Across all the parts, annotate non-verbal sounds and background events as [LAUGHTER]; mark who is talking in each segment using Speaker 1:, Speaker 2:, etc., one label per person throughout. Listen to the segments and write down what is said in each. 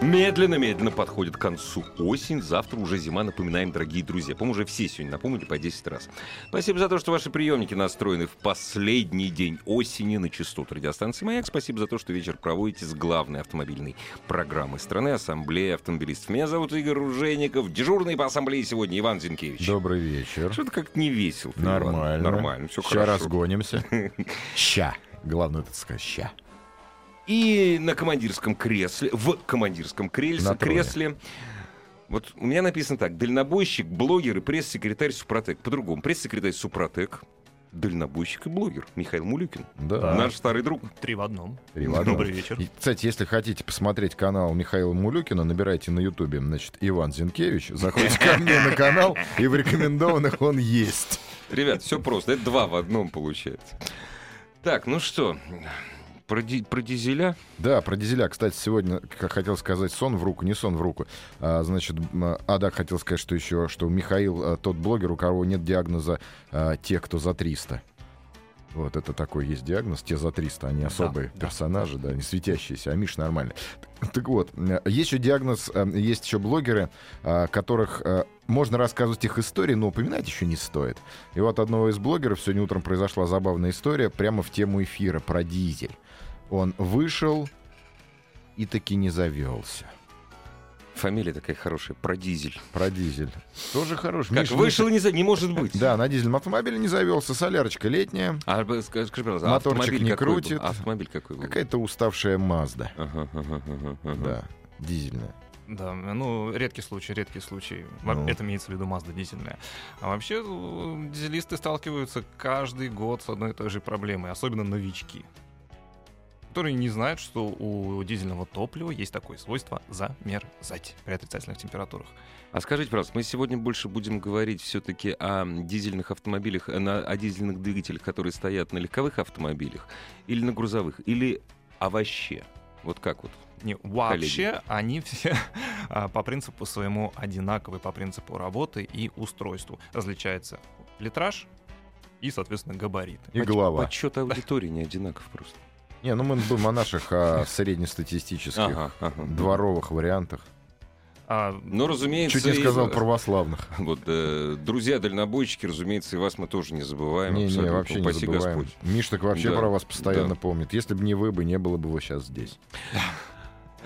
Speaker 1: Медленно-медленно подходит к концу осень. Завтра уже зима, напоминаем, дорогие друзья. По-моему, уже все сегодня напомнили по 10 раз. Спасибо за то, что ваши приемники настроены в последний день осени на частоту радиостанции «Маяк». Спасибо за то, что вечер проводите с главной автомобильной программы страны Ассамблея автомобилистов. Меня зовут Игорь Ружейников. Дежурный по ассамблее сегодня Иван Зинкевич.
Speaker 2: Добрый вечер.
Speaker 1: Что-то как-то не весело. Иван.
Speaker 2: Нормально.
Speaker 1: Нормально, все
Speaker 2: Ща
Speaker 1: хорошо. [LAUGHS]
Speaker 2: разгонимся. Ща. Главное это сказать. Ща.
Speaker 1: И на командирском кресле, в командирском крельсе,
Speaker 2: На троне.
Speaker 1: кресле, вот у меня написано так, дальнобойщик, блогер и пресс-секретарь Супротек. По-другому, пресс-секретарь Супротек, дальнобойщик и блогер Михаил Мулюкин.
Speaker 2: Да.
Speaker 1: Наш старый друг.
Speaker 3: Три в одном.
Speaker 2: Три в одном.
Speaker 3: Добрый вечер.
Speaker 2: И, кстати, если хотите посмотреть канал Михаила Мулюкина, набирайте на Ютубе, значит, Иван Зинкевич. Заходите ко мне на канал, и в рекомендованных он есть.
Speaker 1: Ребят, все просто, это два в одном получается. Так, ну что, про, ди- про дизеля?
Speaker 2: Да, про дизеля, кстати, сегодня, как хотел сказать, сон в руку, не сон в руку. А, значит, м, а да, хотел сказать, что еще, что Михаил а, тот блогер, у кого нет диагноза а, те, кто за 300. Вот это такой есть диагноз, те за 300, они особые
Speaker 3: да.
Speaker 2: персонажи, да, не светящиеся, а Миш нормально. Так, так вот, м, есть еще диагноз, а, есть еще блогеры, а, которых а, можно рассказывать их истории, но упоминать еще не стоит. И вот одного из блогеров сегодня утром произошла забавная история прямо в тему эфира про дизель. Он вышел и таки не завелся.
Speaker 1: Фамилия такая хорошая, про дизель.
Speaker 2: Про дизель. Тоже хороший.
Speaker 1: Как
Speaker 2: Миша,
Speaker 1: вышел, и не, за- не может быть.
Speaker 2: Миша- Да, на дизельном автомобиле не завелся. Солярочка летняя.
Speaker 1: А, б- скажи, скажи, пожалуйста, а
Speaker 2: Моторчик
Speaker 1: автомобиль
Speaker 2: не
Speaker 1: какой был?
Speaker 2: крутит.
Speaker 1: А Автомобиль какой был?
Speaker 2: Какая-то уставшая Мазда.
Speaker 1: Ага, ага, ага, ага.
Speaker 2: Да, дизельная.
Speaker 3: Да, ну, редкий случай, редкий случай. Во-
Speaker 2: Ну.
Speaker 3: Это имеется в виду Mazda дизельная. А вообще, э, дизелисты сталкиваются каждый год с одной и той же проблемой, особенно новички. Которые не знают, что у дизельного топлива есть такое свойство замерзать при отрицательных температурах.
Speaker 1: А скажите, пожалуйста, мы сегодня больше будем говорить все-таки о дизельных автомобилях, э, на- о дизельных двигателях, которые стоят на легковых автомобилях или на грузовых, или о вообще? Вот как вот?
Speaker 3: Не, вообще они все [LAUGHS] а, по принципу своему одинаковы, по принципу работы и устройству. Различается литраж и, соответственно, габариты.
Speaker 2: И голова.
Speaker 1: Подсчет аудитории не одинаков просто.
Speaker 2: Не, ну мы думаем о наших о среднестатистических
Speaker 1: Ага, ага.
Speaker 2: дворовых вариантах.
Speaker 3: А,
Speaker 1: Ну, разумеется...
Speaker 2: Чуть не
Speaker 1: и-
Speaker 2: сказал православных.
Speaker 1: Вот, э, друзья дальнобойщики, разумеется, и вас мы тоже не забываем.
Speaker 2: Не, не,
Speaker 1: абсолютно.
Speaker 2: вообще не
Speaker 1: Упаси
Speaker 2: забываем.
Speaker 1: Господь.
Speaker 2: Миш так вообще
Speaker 1: Да,
Speaker 2: про вас постоянно
Speaker 1: да.
Speaker 2: помнит. Если бы не вы бы, не было бы вы сейчас здесь.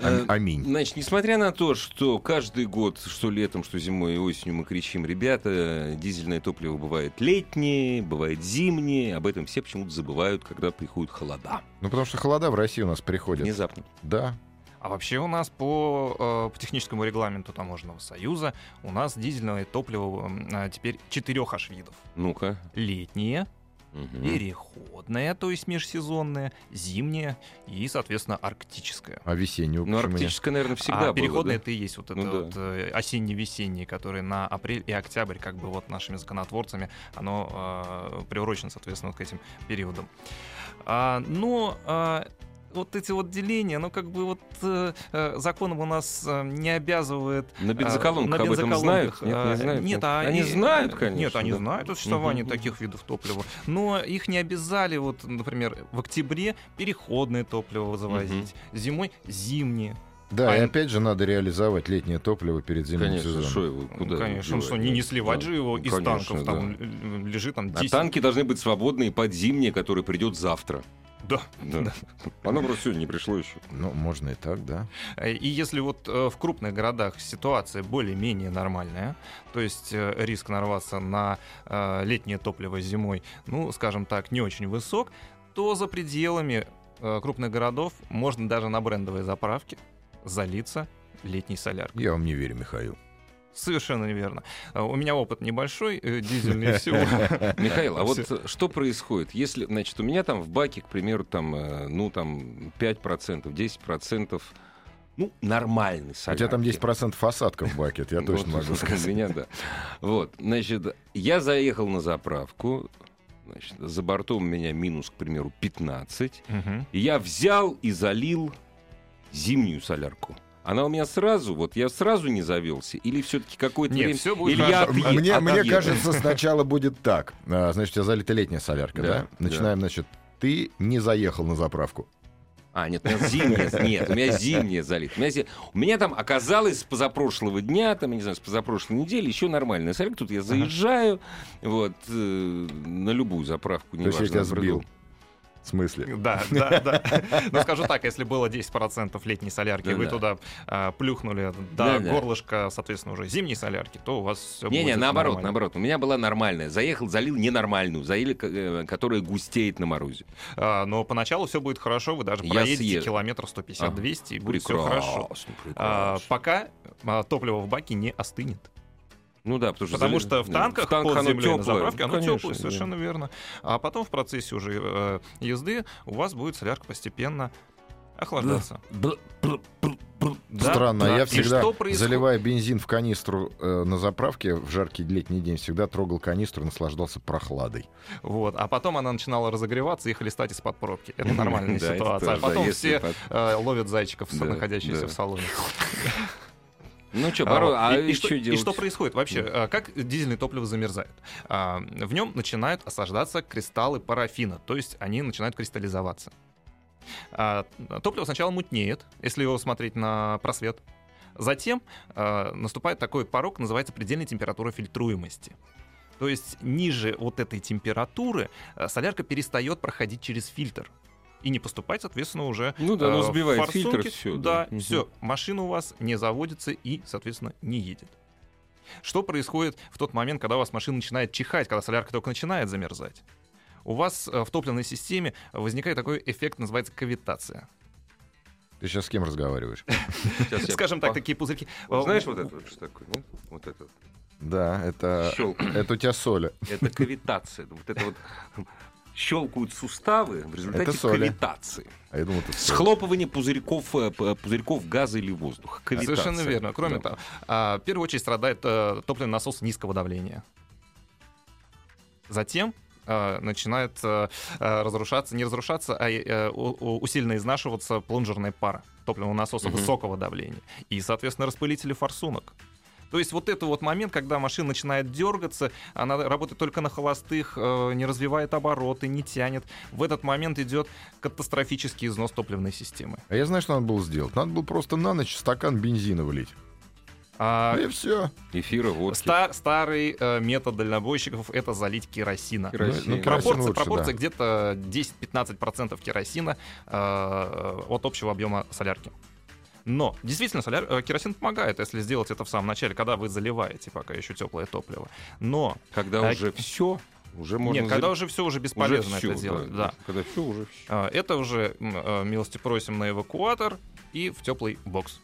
Speaker 2: Ам-
Speaker 1: Э,
Speaker 2: Аминь.
Speaker 1: Значит, несмотря на то, что каждый год, что летом, что зимой и осенью мы кричим, ребята, дизельное топливо бывает летнее, бывает зимнее, об этом все почему-то забывают, когда приходят холода.
Speaker 2: Ну, потому что холода в России у нас приходят.
Speaker 1: Внезапно.
Speaker 2: Да.
Speaker 3: а вообще у нас по, э, по техническому регламенту Таможенного союза у нас дизельное топливо м, а, теперь четырех аж видов.
Speaker 1: Ну-ка.
Speaker 3: Летнее,
Speaker 1: Мгм.
Speaker 3: переходное, то есть межсезонное, зимнее и, соответственно, арктическое.
Speaker 2: А весеннюю
Speaker 1: Ну,
Speaker 2: почему нет?
Speaker 1: арктическое, наверное, всегда
Speaker 3: а
Speaker 1: было,
Speaker 3: переходные
Speaker 1: да?
Speaker 3: это и есть вот это
Speaker 1: Ну да.
Speaker 3: вот, э, осенне-весенние, которые на апрель и октябрь, как бы вот нашими законотворцами, оно э, приурочено, соответственно, вот к этим периодам. А, но а, вот эти вот деления, оно как бы вот э, э, законом у нас э, не обязывает
Speaker 1: На
Speaker 3: а,
Speaker 1: бензоколонках
Speaker 3: на
Speaker 1: об этом знают?
Speaker 3: бензоколонках,
Speaker 1: Нет,
Speaker 3: а,
Speaker 1: не знают.
Speaker 3: нет, а
Speaker 1: они знают, конечно.
Speaker 3: Нет, они
Speaker 1: да.
Speaker 3: знают о существовании
Speaker 1: Мгм.
Speaker 3: таких видов топлива. Но их не обязали, вот, например, в октябре переходное топливо завозить, зимой зимнее.
Speaker 2: Да, и
Speaker 3: А-
Speaker 2: опять же надо реализовать летнее топливо перед зимним
Speaker 1: Конечно,
Speaker 2: сезоном.
Speaker 1: что его, куда
Speaker 3: Ну, конечно, ну
Speaker 1: девать,
Speaker 3: что, не, не
Speaker 1: да.
Speaker 3: сливать же его
Speaker 1: Ну,
Speaker 3: из
Speaker 1: конечно,
Speaker 3: танков.
Speaker 1: да.
Speaker 3: Там л- л- лежит там
Speaker 1: А
Speaker 3: 10.
Speaker 1: танки должны быть свободные под зимнее, которое придет завтра.
Speaker 3: Да.
Speaker 1: Да. Оно просто сегодня не пришло еще.
Speaker 2: Ну, можно и так, да.
Speaker 3: И если вот э, в крупных городах ситуация более-менее нормальная, то есть э, риск нарваться на э, летнее топливо зимой, ну, скажем так, не очень высок, то за пределами э, крупных городов можно даже на брендовые заправки залиться летней соляркой.
Speaker 2: Я вам не верю, Михаил.
Speaker 3: Совершенно верно. Э, У меня опыт небольшой,
Speaker 1: [LAUGHS]
Speaker 3: э, дизельный всего.
Speaker 1: Михаил, а вот
Speaker 3: Всё.
Speaker 1: э, что происходит, если, значит, у меня там в баке, к примеру, там, э, ну, там, 5%, 10% ну, нормальный солярки.
Speaker 2: Хотя там 10% осадков в баке, это я точно
Speaker 1: [LAUGHS] Вот,
Speaker 2: могу сказать.
Speaker 1: Меня, да. Вот, значит, я заехал на заправку, значит, за бортом у меня минус, к примеру, 15,
Speaker 3: Мгм.
Speaker 1: и я взял и залил зимнюю солярку. Она у меня сразу, вот я сразу не завелся, или все-таки какое-то
Speaker 3: Нет,
Speaker 1: время...
Speaker 3: всё будет
Speaker 1: или а я
Speaker 3: хорошо.
Speaker 1: отъе-
Speaker 2: Мне, мне
Speaker 1: отъеду.
Speaker 2: кажется,
Speaker 1: [LAUGHS]
Speaker 2: сначала будет так. А, Значит, у тебя залита летняя солярка,
Speaker 1: Да,
Speaker 2: да?
Speaker 1: да.
Speaker 2: Начинаем, значит, ты не заехал на заправку.
Speaker 1: А, нет, у меня зимняя, нет, у меня зимняя залит. У меня, зи- у меня там оказалось с позапрошлого дня, там, я не знаю, с позапрошлой недели еще нормальная солярка. Тут я заезжаю, вот, э, на любую
Speaker 2: То
Speaker 1: заправку,
Speaker 2: есть я
Speaker 1: неважно,
Speaker 2: тебя
Speaker 1: на Брызгал.
Speaker 2: сбил. В смысле?
Speaker 1: [LAUGHS]
Speaker 3: Да, да, да. Но скажу так, если было 10% летней солярки,
Speaker 1: Да-да.
Speaker 3: вы туда а, плюхнули
Speaker 1: Да-да.
Speaker 3: до горлышка, соответственно, уже зимней солярки, то у вас все будет
Speaker 1: Не-не, наоборот,
Speaker 3: нормально.
Speaker 1: наоборот. У меня была нормальная. Заехал, залил ненормальную, залил, э, которая густеет на морозе.
Speaker 3: А, Но поначалу все будет хорошо, вы даже
Speaker 1: Я
Speaker 3: проедете
Speaker 1: съеду.
Speaker 3: километр 150-200, и будет все
Speaker 1: Прекрасно,
Speaker 3: хорошо.
Speaker 1: прекрасно.
Speaker 3: А, Пока а, топливо в баке не остынет.
Speaker 1: ну да, потому что,
Speaker 3: Потому
Speaker 1: залил-
Speaker 3: что в
Speaker 1: э,
Speaker 3: танках
Speaker 1: танк
Speaker 3: под
Speaker 1: оно
Speaker 3: землей
Speaker 1: тёплое.
Speaker 3: на
Speaker 1: Ну,
Speaker 3: заправке оно
Speaker 1: Конечно,
Speaker 3: теплое,
Speaker 1: да.
Speaker 3: совершенно верно. А потом в процессе уже э, езды у вас будет солярка постепенно охлаждаться.
Speaker 1: Бр- бр- бр- бр-
Speaker 3: Да,
Speaker 2: Странно, а
Speaker 3: да.
Speaker 2: я
Speaker 3: И
Speaker 2: всегда,
Speaker 3: что происходит?
Speaker 2: заливая бензин в канистру э, на заправке в жаркий летний день, всегда трогал канистру, наслаждался прохладой.
Speaker 3: Вот. А потом она начинала разогреваться и хлестать из-под пробки. Это нормальная
Speaker 1: [LAUGHS] Да, это
Speaker 3: ситуация. А
Speaker 1: тоже, да,
Speaker 3: потом
Speaker 1: если
Speaker 3: все [LAUGHS]
Speaker 1: под-
Speaker 3: э, ловят зайчиков,
Speaker 1: Да, да.
Speaker 3: находящихся в салоне.
Speaker 1: Ну что,
Speaker 3: А,
Speaker 1: а
Speaker 3: и, и
Speaker 1: чё
Speaker 3: что, и
Speaker 1: делать?
Speaker 3: что происходит вообще? А, Как дизельное топливо замерзает? А, в нем начинают осаждаться кристаллы парафина, то есть они начинают кристаллизоваться. А, топливо сначала мутнеет, если его смотреть на просвет. Затем а, наступает такой порог, называется предельная температура фильтруемости. То есть ниже вот этой температуры а, солярка перестает проходить через фильтр и не поступать, соответственно, уже
Speaker 1: Ну да, ну
Speaker 3: э,
Speaker 1: сбивает
Speaker 3: форсунки.
Speaker 1: фильтр, все.
Speaker 3: Да, все. Машина у вас не заводится и, соответственно, не едет. Что происходит в тот момент, когда у вас машина начинает чихать, когда солярка только начинает замерзать? У вас э, в топливной системе возникает такой эффект, называется кавитация.
Speaker 2: Ты сейчас с кем
Speaker 1: [LAUGHS]
Speaker 2: разговариваешь?
Speaker 3: [LAUGHS] Скажем так, такие пузырьки. Э,
Speaker 1: Знаешь,
Speaker 3: у-
Speaker 1: вот это вот что такое? ну, Вот это. вот.
Speaker 2: Да,
Speaker 3: А.
Speaker 2: это,
Speaker 1: Щелк.
Speaker 2: это у тебя соли.
Speaker 1: Это кавитация. Вот это вот щелкают суставы в результате
Speaker 2: Это соли.
Speaker 1: кавитации.
Speaker 2: А я думал, это соль.
Speaker 1: Схлопывание пузырьков, э, п- пузырьков газа или воздуха. Кавитация.
Speaker 3: Совершенно верно. Кроме
Speaker 1: Да.
Speaker 3: того, а, в первую очередь страдает э, топливный насос низкого давления. Затем э, начинает э, э, разрушаться, не разрушаться, а э, у- у- усиленно изнашиваться плунжерная пара топливного насоса
Speaker 1: Мгм.
Speaker 3: высокого давления и, соответственно, распылители форсунок. То есть вот это вот момент, когда машина начинает дергаться, она работает только на холостых, э, не развивает обороты, не тянет. В этот момент идет катастрофический износ топливной системы.
Speaker 2: А я знаю, что надо было сделать. Надо было просто на ночь стакан бензина влить. Ну
Speaker 3: А
Speaker 2: И все.
Speaker 1: Эфира, водки.
Speaker 3: Стар- старый э, метод дальнобойщиков это залить керосина. Ну,
Speaker 1: Керосин.
Speaker 2: керосин
Speaker 1: Россия.
Speaker 3: Пропорция,
Speaker 2: Ну, лучше,
Speaker 3: пропорция
Speaker 2: да.
Speaker 3: где-то 10-15% керосина э, от общего объема солярки. Но действительно соляр, э, керосин помогает, если сделать это в самом начале, когда вы заливаете пока еще теплое топливо. Но
Speaker 1: Когда
Speaker 3: Так.
Speaker 1: уже все, уже можно...
Speaker 3: нет, А когда
Speaker 1: залить.
Speaker 3: уже все уже бесполезно
Speaker 1: всё,
Speaker 3: это делать. Да.
Speaker 1: Когда все, уже все.
Speaker 3: Э, Это уже м, э, милости просим на эвакуатор и в теплый бокс.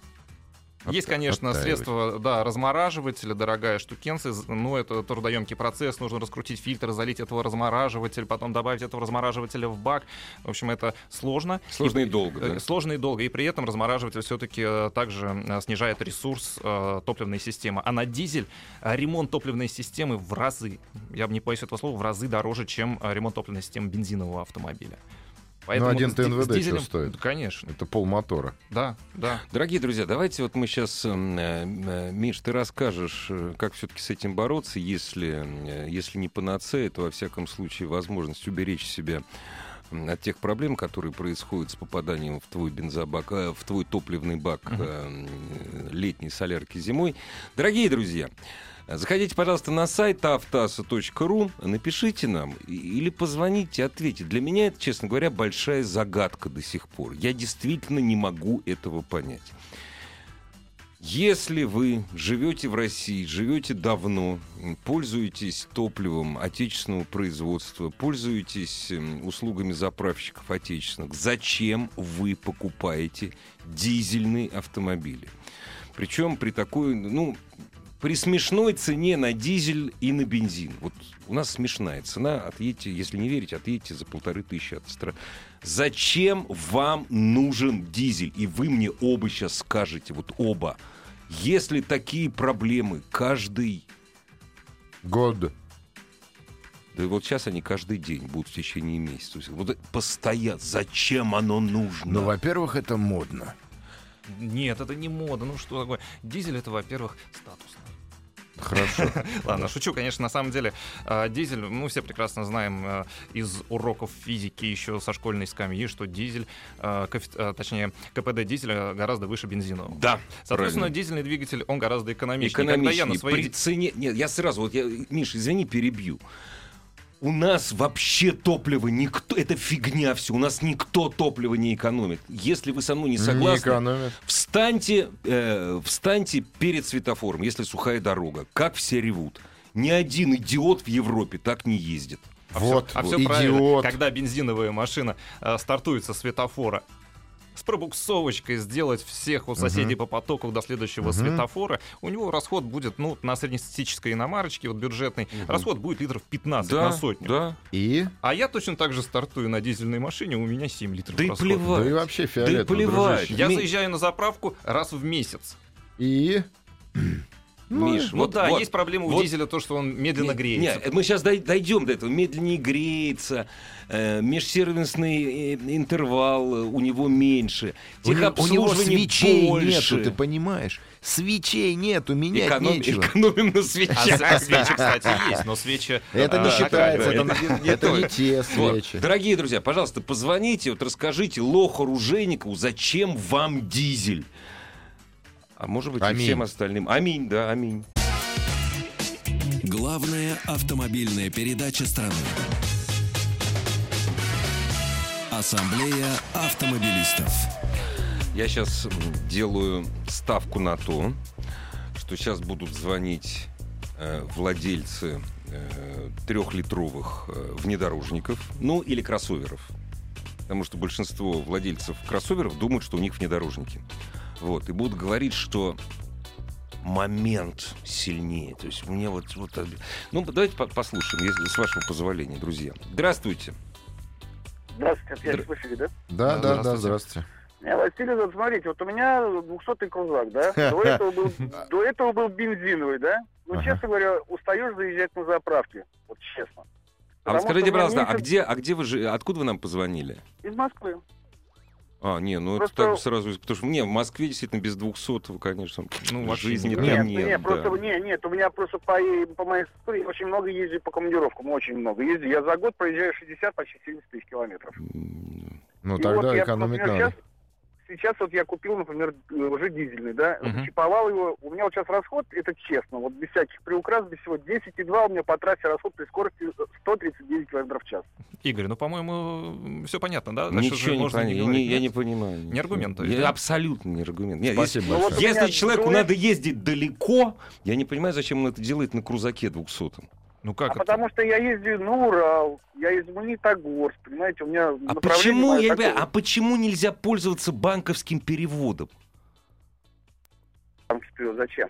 Speaker 3: Есть,
Speaker 2: Отта-
Speaker 3: конечно,
Speaker 2: оттаивать.
Speaker 3: средства, да, размораживателя, дорогая штукенция, з- но это трудоемкий процесс, нужно раскрутить фильтр, залить этого размораживателя, потом добавить этого размораживателя в бак. В общем, это сложно.
Speaker 1: Сложно и долго,
Speaker 3: Э,
Speaker 1: да?
Speaker 3: Сложно и долго, и при этом размораживатель все-таки также э, снижает ресурс э, топливной системы. А на дизель э, ремонт топливной системы в разы, я бы не боюсь этого слова, в разы дороже, чем э, ремонт топливной системы бензинового автомобиля.
Speaker 2: один
Speaker 3: с ди-
Speaker 2: ТНВД
Speaker 3: с дизелем-
Speaker 2: чего стоит?
Speaker 3: Конечно,
Speaker 2: Это полмотора.
Speaker 3: да, да.
Speaker 1: Дорогие друзья, давайте вот мы сейчас, э, Миш, ты расскажешь, э, как все-таки с этим бороться, если, э, если не панацея, то во всяком случае возможность уберечь себя м, от тех проблем, которые происходят с попаданием в твой бензобак, э, в твой топливный бак э, м, летней солярки зимой. Дорогие друзья, э, заходите, пожалуйста, на сайт автоаса.ру, напишите нам и- или позвоните, ответьте. Для меня это, честно говоря, большая загадка до сих пор. Я действительно не могу этого понять. Если вы живете в России, живете давно, м, пользуетесь топливом отечественного производства, пользуетесь м, услугами заправщиков отечественных, зачем вы покупаете дизельные автомобили? Причем при такой, ну, при смешной цене на дизель и на бензин. Вот у нас смешная цена. Отъедьте, если не верите, отъедьте за полторы тысячи от страны. Зачем вам нужен дизель? И вы мне оба сейчас скажете, вот оба. Если такие проблемы каждый
Speaker 2: Год.
Speaker 1: да и вот сейчас они каждый день будут в течение месяца. Вот постоянно. Зачем оно нужно?
Speaker 2: Ну, во-первых, это модно.
Speaker 3: Нет, это не мода, ну что такое. Дизель это, во-первых, статусно.
Speaker 2: Хорошо.
Speaker 3: [LAUGHS] Ладно, шучу, конечно, на самом деле. а, Дизель, ну, все прекрасно знаем э, из уроков физики еще со школьной скамьи, что дизель, э, коэффи- э, точнее, КПД дизеля гораздо выше бензинового.
Speaker 1: Да,
Speaker 3: Соответственно,
Speaker 1: правильно.
Speaker 3: дизельный двигатель, он гораздо экономичнее. Когда я
Speaker 1: экономичнее.
Speaker 3: на свои...
Speaker 1: При цене... Нет, я сразу, вот я, Миш, извини, перебью. У нас вообще топливо никто... Это фигня все. У нас никто топливо не экономит. Если вы со мной
Speaker 2: Не
Speaker 1: не согласны,
Speaker 2: экономят.
Speaker 1: встаньте, э, встаньте перед светофором, если сухая дорога. Как все ревут. Ни один идиот в Европе так не ездит.
Speaker 3: А всё-
Speaker 2: Вот,
Speaker 3: а все правильно.
Speaker 2: идиот.
Speaker 3: Когда бензиновая машина э, стартует со светофора, с пробуксовочкой сделать всех у соседей по потоку до следующего
Speaker 2: Мгм.
Speaker 3: светофора, у него расход будет, ну, на среднестатистической иномарочке, вот бюджетный,
Speaker 1: Мгм.
Speaker 3: расход будет литров 15 на сотню.
Speaker 1: да.
Speaker 2: И?
Speaker 3: А я точно так же стартую на дизельной машине, у меня 7 литров
Speaker 1: Да и
Speaker 3: расхода.
Speaker 1: плевать.
Speaker 2: Да и вообще фиолетово,
Speaker 1: плевать.
Speaker 2: дружище.
Speaker 3: Я
Speaker 1: Ми-
Speaker 3: заезжаю на заправку раз в месяц.
Speaker 2: И? Ну,
Speaker 1: Миш,
Speaker 3: ну
Speaker 1: вот,
Speaker 3: да,
Speaker 1: вот.
Speaker 3: есть проблема у
Speaker 1: вот.
Speaker 3: дизеля то, что он медленно
Speaker 1: Не-
Speaker 3: греется.
Speaker 1: не, мы сейчас дойдем до этого. Медленнее греется, э, межсервисный э, интервал э, у него меньше,
Speaker 2: У него- у него
Speaker 1: техобслуживание
Speaker 2: свечей
Speaker 1: больше.
Speaker 2: нету, ты понимаешь? Свечей нету, менять
Speaker 1: Эконом-
Speaker 2: нечего.
Speaker 1: экономим на свечах.
Speaker 3: А с- а свечи, кстати, есть, но свечи...
Speaker 2: [LAUGHS] Это не
Speaker 3: а,
Speaker 2: считается,
Speaker 3: опять же,
Speaker 2: это, не- это не те
Speaker 1: Вот.
Speaker 2: свечи.
Speaker 1: Дорогие друзья, пожалуйста, позвоните, вот расскажите лоху оружейнику, зачем вам дизель? А может быть,
Speaker 2: Аминь.
Speaker 1: и всем остальным. Аминь, да, аминь.
Speaker 4: Главная автомобильная передача страны. Ассамблея автомобилистов.
Speaker 1: Я сейчас делаю ставку на то, что сейчас будут звонить э, владельцы э, трехлитровых э, внедорожников, ну или кроссоверов. Потому что большинство владельцев кроссоверов думают, что у них внедорожники. Вот, и будут говорить, что момент сильнее. То есть мне вот... вот так. ну, давайте по- послушаем, если, с вашего позволения, друзья. Здравствуйте.
Speaker 5: Здравствуйте,
Speaker 1: Здра-
Speaker 5: опять в эфире, да?
Speaker 2: Да,
Speaker 3: Да,
Speaker 2: да, да,
Speaker 3: здравствуйте.
Speaker 2: здравствуйте.
Speaker 5: Меня Василий зовут. смотрите, вот у меня 200-й крузак,
Speaker 1: [LAUGHS]
Speaker 5: да? До этого был, до этого был бензиновый, да? Ну,
Speaker 2: Ага.
Speaker 5: честно говоря, устаешь заезжать на заправки, вот честно.
Speaker 1: А вот
Speaker 5: Потому что
Speaker 1: скажите,
Speaker 5: мне
Speaker 1: пожалуйста, а
Speaker 5: месяц-
Speaker 1: где, а где вы же... Откуда вы нам позвонили?
Speaker 5: Из Москвы.
Speaker 1: А, не, ну
Speaker 5: Просто-
Speaker 1: это так сразу, потому что мне в Москве действительно без 200 конечно,
Speaker 3: Ну,
Speaker 1: ну,
Speaker 3: вообще
Speaker 1: жизни
Speaker 3: никак.
Speaker 1: там
Speaker 5: нет,
Speaker 1: нет.
Speaker 5: нет,
Speaker 1: да.
Speaker 5: просто не, нет, у меня просто по, э, по моей истории очень много езжу по командировкам, очень много езжу. Я за год проезжаю 60, почти 70 тысяч километров.
Speaker 1: М,
Speaker 2: Ну,
Speaker 5: И
Speaker 2: тогда
Speaker 5: вот я,
Speaker 2: экономить
Speaker 5: например,
Speaker 2: надо.
Speaker 5: Сейчас, сейчас вот я купил, например, э, уже дизельный, да,
Speaker 3: Мгм.
Speaker 5: чиповал его. У меня вот сейчас расход, это честно, вот без всяких приукрас, без всего 10,2 у меня по трассе расход при скорости 139 км в час.
Speaker 3: Игорь, ну, по-моему, все понятно, да? Насчет
Speaker 1: Ничего не
Speaker 3: можно
Speaker 1: понятно, я не-
Speaker 3: говорить,
Speaker 1: я
Speaker 3: нет?
Speaker 1: не понимаю.
Speaker 3: Не аргумент, то
Speaker 1: Я-
Speaker 3: есть, да?
Speaker 1: Абсолютно не аргумент. Нет,
Speaker 2: Спасибо
Speaker 5: Ну, вот
Speaker 2: большое.
Speaker 5: у
Speaker 1: Если,
Speaker 5: меня
Speaker 1: если человеку
Speaker 5: дует-
Speaker 1: надо ездить далеко, я не понимаю, зачем он это делает на крузаке 200
Speaker 3: Ну, как
Speaker 5: а
Speaker 3: это?
Speaker 5: потому что я ездил на Урал, я ездил в Магнитогорск, понимаете, у меня
Speaker 1: А
Speaker 5: направление
Speaker 1: почему,
Speaker 5: мое
Speaker 1: я не
Speaker 5: такое.
Speaker 1: понимаю, а почему нельзя пользоваться банковским переводом?
Speaker 5: Там что, зачем?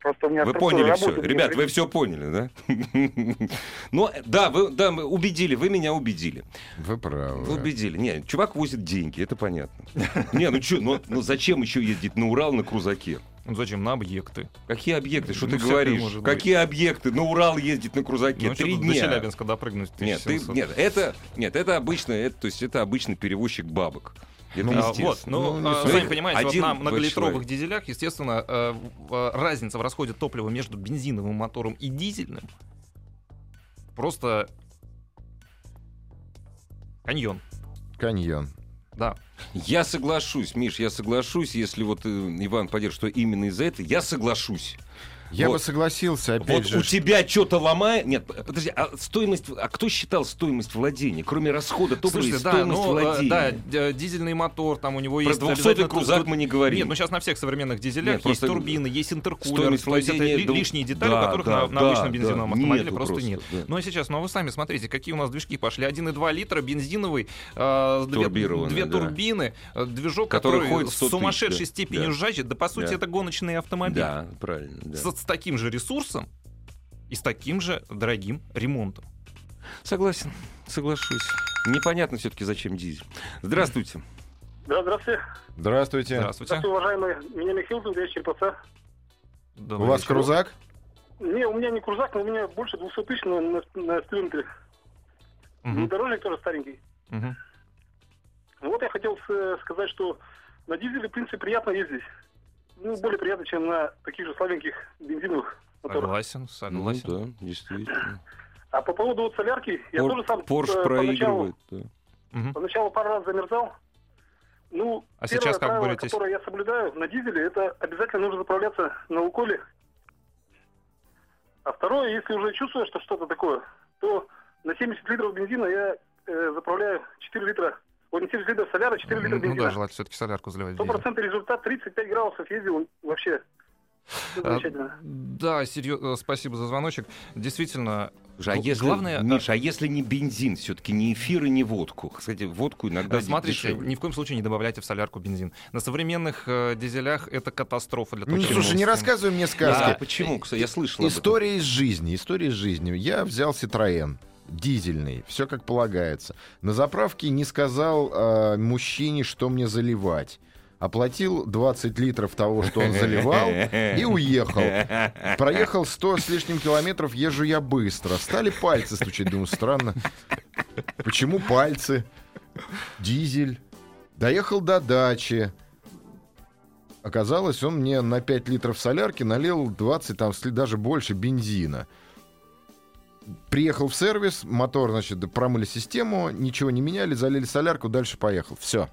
Speaker 5: Просто у меня
Speaker 1: а Вы
Speaker 5: структура
Speaker 1: поняли
Speaker 5: работы
Speaker 1: все.
Speaker 5: мне
Speaker 1: Ребят, вы
Speaker 5: пред-
Speaker 1: все поняли, да? [LAUGHS] Ну, да, вы да, мы убедили, вы меня убедили.
Speaker 2: Вы
Speaker 1: Вы
Speaker 3: Э.
Speaker 2: правы.
Speaker 1: убедили. Не, чувак возит деньги, это понятно. [LAUGHS] Не, ну чё, ну, ну зачем еще ездить на Урал на крузаке?
Speaker 3: Ну, зачем? На объекты.
Speaker 1: Какие объекты? Что
Speaker 3: Ну,
Speaker 1: ты
Speaker 3: всякое
Speaker 1: говоришь?
Speaker 3: может быть.
Speaker 1: Какие объекты? На Урал ездить на крузаке?
Speaker 3: Ну,
Speaker 1: Три
Speaker 3: что тут
Speaker 1: дня.
Speaker 3: до Челябинска допрыгнуть?
Speaker 1: Нет, ты-
Speaker 3: 1700?
Speaker 1: нет, это, нет, это обычно, это, то есть это обычный перевозчик бабок. Это
Speaker 3: А,
Speaker 1: естественно.
Speaker 3: вот, ну,
Speaker 2: Ну,
Speaker 3: а,
Speaker 1: не
Speaker 3: сами
Speaker 1: суть.
Speaker 3: понимаете, вот
Speaker 1: Один
Speaker 3: на
Speaker 1: два
Speaker 3: многолитровых
Speaker 1: человека.
Speaker 3: дизелях, естественно, э, в- э, разница в расходе топлива между бензиновым мотором и дизельным просто каньон.
Speaker 2: Каньон.
Speaker 3: Да.
Speaker 1: Я соглашусь, Миш, я соглашусь, если вот э, Иван поддержит, что именно из-за этого, я соглашусь.
Speaker 2: Я
Speaker 1: Вот.
Speaker 2: бы согласился, опять
Speaker 1: вот
Speaker 2: же.
Speaker 1: у тебя что-то ломает... Нет, подожди, а стоимость... А кто считал стоимость владения? Кроме расхода топлива и
Speaker 3: Слушайте, да,
Speaker 1: стоимость
Speaker 3: ну, э,
Speaker 1: владения.
Speaker 3: да, д- дизельный мотор, там у него
Speaker 1: Про
Speaker 3: есть...
Speaker 1: 200
Speaker 3: обязательно
Speaker 1: крузак
Speaker 3: тут-
Speaker 1: мы не говорим.
Speaker 3: Нет, ну сейчас на всех современных дизелях
Speaker 1: Нет,
Speaker 3: есть
Speaker 1: просто
Speaker 3: турбины, есть интеркулер,
Speaker 1: стоимость
Speaker 3: то есть это
Speaker 1: владения
Speaker 3: ли-
Speaker 1: дол-
Speaker 3: лишние детали,
Speaker 1: Да,
Speaker 3: которых
Speaker 1: да,
Speaker 3: на, на
Speaker 1: да,
Speaker 3: обычном бензиновом
Speaker 1: да,
Speaker 3: автомобиле
Speaker 1: нету
Speaker 3: просто,
Speaker 1: просто,
Speaker 3: нет.
Speaker 1: да.
Speaker 3: Ну а сейчас, ну а вы сами смотрите, какие у нас движки пошли. 1,2 литра, бензиновый, э, две,
Speaker 1: Турбированный,
Speaker 3: две
Speaker 1: да.
Speaker 3: турбины, э, движок,
Speaker 1: Который
Speaker 3: который,
Speaker 1: ходит в
Speaker 3: с
Speaker 1: 100 тысяч,
Speaker 3: сумасшедшей
Speaker 1: да,
Speaker 3: степенью
Speaker 1: да.
Speaker 3: жжачит. Да по сути
Speaker 1: Да.
Speaker 3: это гоночный автомобиль.
Speaker 1: Да, правильно. да.
Speaker 3: Со- с таким же ресурсом и с таким же дорогим ремонтом.
Speaker 1: Согласен, соглашусь. Непонятно все-таки, зачем дизель. Здравствуйте.
Speaker 5: Да, здравствуйте.
Speaker 2: Здравствуйте.
Speaker 3: Здравствуйте.
Speaker 5: уважаемые. Меня Михаил Дмитриевич Черпаца.
Speaker 2: У вас крузак?
Speaker 5: Не, у меня не крузак, но у меня больше 200 тысяч на, на, на сплинтере. Внедорожник тоже старенький. Вот я хотел э, сказать, что на дизеле, в принципе, приятно ездить. Ну, более приятно, чем на таких же слабеньких бензиновых моторах.
Speaker 3: Согласен, согласен.
Speaker 1: Ну да, действительно.
Speaker 5: А по поводу вот солярки, я тоже сам
Speaker 1: Порш
Speaker 5: э, поначалу,
Speaker 1: проигрывает. да.
Speaker 3: Мгм.
Speaker 5: поначалу пару раз замерзал. Ну,
Speaker 3: А
Speaker 5: первое
Speaker 3: сейчас как
Speaker 5: правило,
Speaker 3: боретесь?
Speaker 5: которое я соблюдаю на дизеле, это обязательно нужно заправляться на уколе. А второе, если уже чувствую, что что-то такое, то на 70 литров бензина я э, заправляю 4 литра. Вот не 70 литров соляра, 4 литра
Speaker 3: Ну, ну
Speaker 5: бензина.
Speaker 3: да, желательно все-таки солярку заливать. в
Speaker 5: Сто
Speaker 3: дизель.
Speaker 5: процентов результат 35 градусов ездил вообще. Всё
Speaker 3: А,
Speaker 5: Замечательно.
Speaker 3: Да, серьё- э, спасибо за звоночек. Действительно,
Speaker 1: Слушай, а
Speaker 3: Ну,
Speaker 1: если,
Speaker 3: главное,
Speaker 1: Миш, а если не бензин, все-таки не эфир и не водку? Кстати, водку иногда
Speaker 3: э, смотрите,
Speaker 1: дешевле.
Speaker 3: ни в коем случае не добавляйте в солярку бензин. На современных э, дизелях это катастрофа для
Speaker 2: Ну,
Speaker 3: точки
Speaker 2: слушай, не
Speaker 3: роста.
Speaker 2: рассказывай мне
Speaker 1: Да,
Speaker 2: сказки.
Speaker 1: А почему? Кстати, я слышал об этом.
Speaker 2: История из жизни, история из жизни. Я взял Citroen дизельный, все как полагается. На заправке не сказал э, мужчине, что мне заливать. Оплатил 20 литров того, что он заливал, и уехал. Проехал 100 с лишним километров, езжу я быстро. Стали пальцы стучать, думаю, странно. Почему пальцы? Дизель. Доехал до дачи. Оказалось, он мне на 5 литров солярки налил 20, там, если даже больше бензина. Приехал в сервис, мотор, значит, да, промыли систему, ничего не меняли, залили солярку, дальше поехал. Все.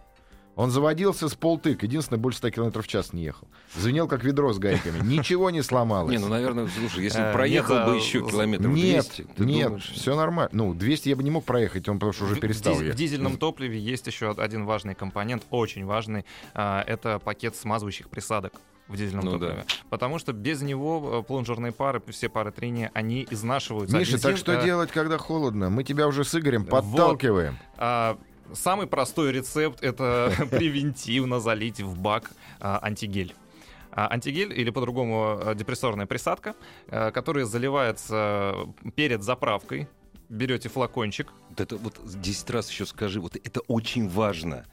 Speaker 2: Он заводился с полтык. Единственное, больше 100 километров в час не ехал. Звенел, как ведро с
Speaker 1: [LAUGHS]
Speaker 2: гайками. Ничего не сломалось.
Speaker 1: Не, ну, наверное, слушай, если
Speaker 3: Э,
Speaker 1: бы проехал
Speaker 3: нет,
Speaker 1: бы
Speaker 3: а,
Speaker 1: еще километров
Speaker 2: Нет,
Speaker 1: 200, ты
Speaker 2: нет,
Speaker 1: думаешь?
Speaker 2: все нормально. Ну, 200 я бы не мог проехать, он потому что уже
Speaker 3: В- в
Speaker 2: перестал
Speaker 3: диз- В
Speaker 2: ехать.
Speaker 3: дизельном топливе есть еще один важный компонент, очень важный. а, Это пакет смазывающих присадок в дизельном
Speaker 1: Ну да.
Speaker 3: топливе. Потому что без него э, плунжерные пары, все пары трения, они изнашиваются. а
Speaker 2: Миша, так
Speaker 3: бензин,
Speaker 2: что
Speaker 3: э,
Speaker 2: делать, когда холодно? Мы тебя уже с Игорем
Speaker 3: Вот.
Speaker 2: подталкиваем.
Speaker 3: а, Самый простой рецепт — это [LAUGHS] превентивно залить в бак а, антигель. А, Антигель или по-другому а, депрессорная присадка, а, которая заливается перед заправкой. Берете флакончик,
Speaker 1: Вот это вот 10 раз еще скажи, вот это очень важно.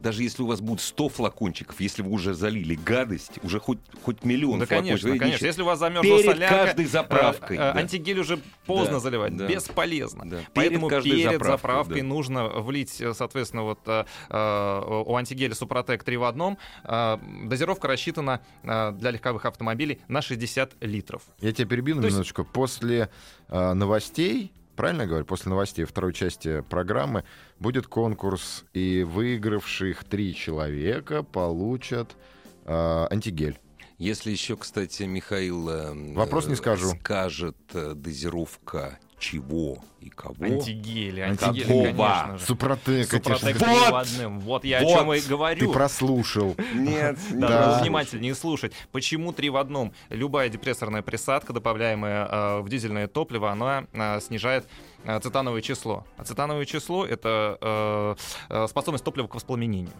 Speaker 1: Даже если у вас будет 100 флакончиков, если вы уже залили гадость, уже хоть, хоть миллион
Speaker 3: да,
Speaker 1: флакончиков.
Speaker 3: конечно,
Speaker 1: знаете,
Speaker 3: конечно. Если у вас замерзла
Speaker 1: Перед
Speaker 3: солянка,
Speaker 1: каждой заправкой.
Speaker 3: а, а,
Speaker 1: да.
Speaker 3: Антигель уже поздно
Speaker 1: Да,
Speaker 3: заливать,
Speaker 1: да.
Speaker 3: бесполезно.
Speaker 1: Да, перед
Speaker 3: Поэтому перед,
Speaker 1: каждой заправкой,
Speaker 3: заправкой
Speaker 1: да.
Speaker 3: нужно влить, э, соответственно, вот э, э, у антигеля Супротек 3 в одном. э, Дозировка рассчитана э, для легковых автомобилей на 60 литров.
Speaker 2: Я тебя перебью на
Speaker 3: То есть-
Speaker 2: минуточку. После э, новостей, правильно я говорю, после новостей второй части программы будет конкурс, и выигравших три человека получат э, антигель.
Speaker 1: Если еще, кстати, Михаил... э,
Speaker 2: Вопрос не
Speaker 1: э,
Speaker 2: скажу.
Speaker 1: Скажет э, дозировка чего и кого.
Speaker 3: Антигели, антигели,
Speaker 2: Какого?
Speaker 3: конечно же.
Speaker 2: Супротек,
Speaker 3: Супротек
Speaker 2: конечно.
Speaker 3: 3 в
Speaker 1: Вот!
Speaker 3: одном. Вот я
Speaker 1: Вот!
Speaker 3: о чем и
Speaker 2: Ты
Speaker 3: говорю. [LAUGHS]
Speaker 2: прослушал.
Speaker 1: Нет,
Speaker 3: Надо
Speaker 2: Да.
Speaker 3: было внимательнее слушать. Почему три в одном? Любая депрессорная присадка, добавляемая э, в дизельное топливо, она э, снижает э, цетановое число. А цетановое число — это э, э, способность топлива к воспламенению.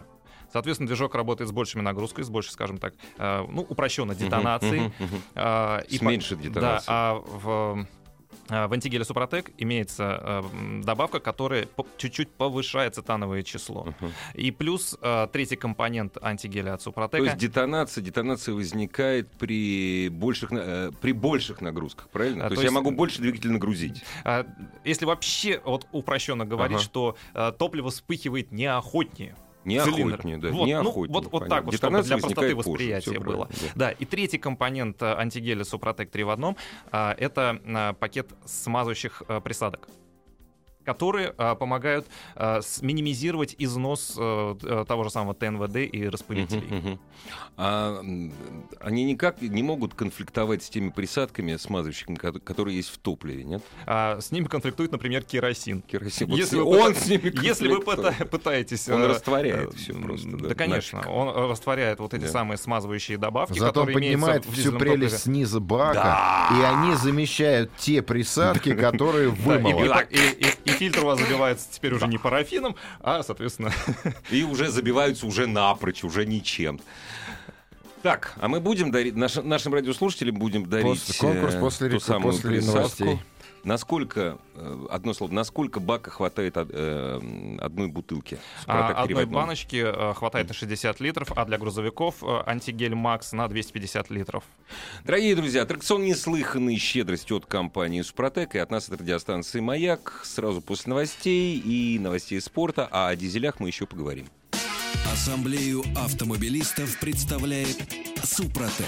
Speaker 3: Соответственно, движок работает с большими нагрузкой, с большей, скажем так, э, ну, упрощенно, детонацией.
Speaker 1: Мгм, мгм, мгм.
Speaker 3: А,
Speaker 1: С
Speaker 3: по-
Speaker 1: меньшей детонацией.
Speaker 3: Да, а в, а, в антигеле Супротек имеется э, м, добавка, которая по- чуть-чуть повышает цетановое число.
Speaker 1: Мгм.
Speaker 3: И плюс э, третий компонент антигеля от
Speaker 1: То
Speaker 3: Супротека.
Speaker 1: есть детонация, детонация возникает при больших, на- э, при больших нагрузках, правильно?
Speaker 3: А,
Speaker 1: то,
Speaker 3: то
Speaker 1: есть я
Speaker 3: есть-
Speaker 1: могу больше двигатель нагрузить.
Speaker 3: А, Если вообще вот упрощенно говорить,
Speaker 1: Ага.
Speaker 3: что э, топливо вспыхивает неохотнее.
Speaker 1: Не
Speaker 3: Цилиндр.
Speaker 1: охотнее, да,
Speaker 3: Вот,
Speaker 1: не
Speaker 3: ну,
Speaker 1: охотнее,
Speaker 3: вот- вот
Speaker 1: понятно.
Speaker 3: так вот, чтобы
Speaker 1: Детонация
Speaker 3: для простоты
Speaker 1: возникает позже,
Speaker 3: восприятия
Speaker 1: всё
Speaker 3: было.
Speaker 1: правильно, да.
Speaker 3: Да, и третий компонент э, антигеля Супротек 3 в одном а, это а, пакет смазывающих а, присадок которые а, помогают а, с- минимизировать износ э, т- э, того же самого ТНВД и распылителей.
Speaker 1: Мгм, мгм. А м, они никак не могут конфликтовать с теми присадками, смазывающими, ко- которые есть в топливе, нет?
Speaker 3: А, с ними конфликтует, например, керосин.
Speaker 1: Керосин. Вот
Speaker 3: Если
Speaker 1: с-
Speaker 3: вы
Speaker 1: Типа, он
Speaker 3: пыта-
Speaker 1: с ними
Speaker 3: Если вы
Speaker 1: конфликтует.
Speaker 3: пыта- пытаетесь...
Speaker 1: Он
Speaker 3: э,
Speaker 1: растворяет
Speaker 3: э,
Speaker 1: все
Speaker 3: м,
Speaker 1: просто.
Speaker 3: Да, конечно.
Speaker 1: нафиг.
Speaker 3: Он э, растворяет вот эти
Speaker 1: Да.
Speaker 3: самые смазывающие добавки,
Speaker 2: Зато он
Speaker 3: которые имеются
Speaker 2: поднимает
Speaker 3: в
Speaker 2: всю
Speaker 3: дизельном
Speaker 2: прелесть
Speaker 3: топливе.
Speaker 2: снизу бака, и они замещают те присадки, которые
Speaker 3: [LAUGHS] Да, и,
Speaker 2: вымыло.
Speaker 3: и- и- и фильтр у вас забивается теперь уже не парафином,
Speaker 1: [LAUGHS]
Speaker 3: а, соответственно,
Speaker 1: И уже забиваются уже напрочь, уже ничем. Так, а мы будем дарить, наш- нашим радиослушателям будем дарить
Speaker 2: Пос- конкурс
Speaker 1: э,
Speaker 2: после
Speaker 1: ту
Speaker 2: рек-
Speaker 1: самую
Speaker 2: после
Speaker 1: плясавку.
Speaker 2: новостей.
Speaker 1: Насколько, э, одно слово, насколько бака хватает од- э, одной бутылки?
Speaker 3: А
Speaker 1: «Спартак» три в
Speaker 3: одной
Speaker 1: одном.
Speaker 3: баночки э, хватает на 60 литров, а для грузовиков э, антигель Макс на 250 литров.
Speaker 1: Дорогие друзья, аттракцион неслыханной щедрости от компании «Супротек» и от нас от радиостанции «Маяк» сразу после новостей и новостей спорта, а о дизелях мы еще поговорим.
Speaker 4: Ассамблею автомобилистов представляет Супротек.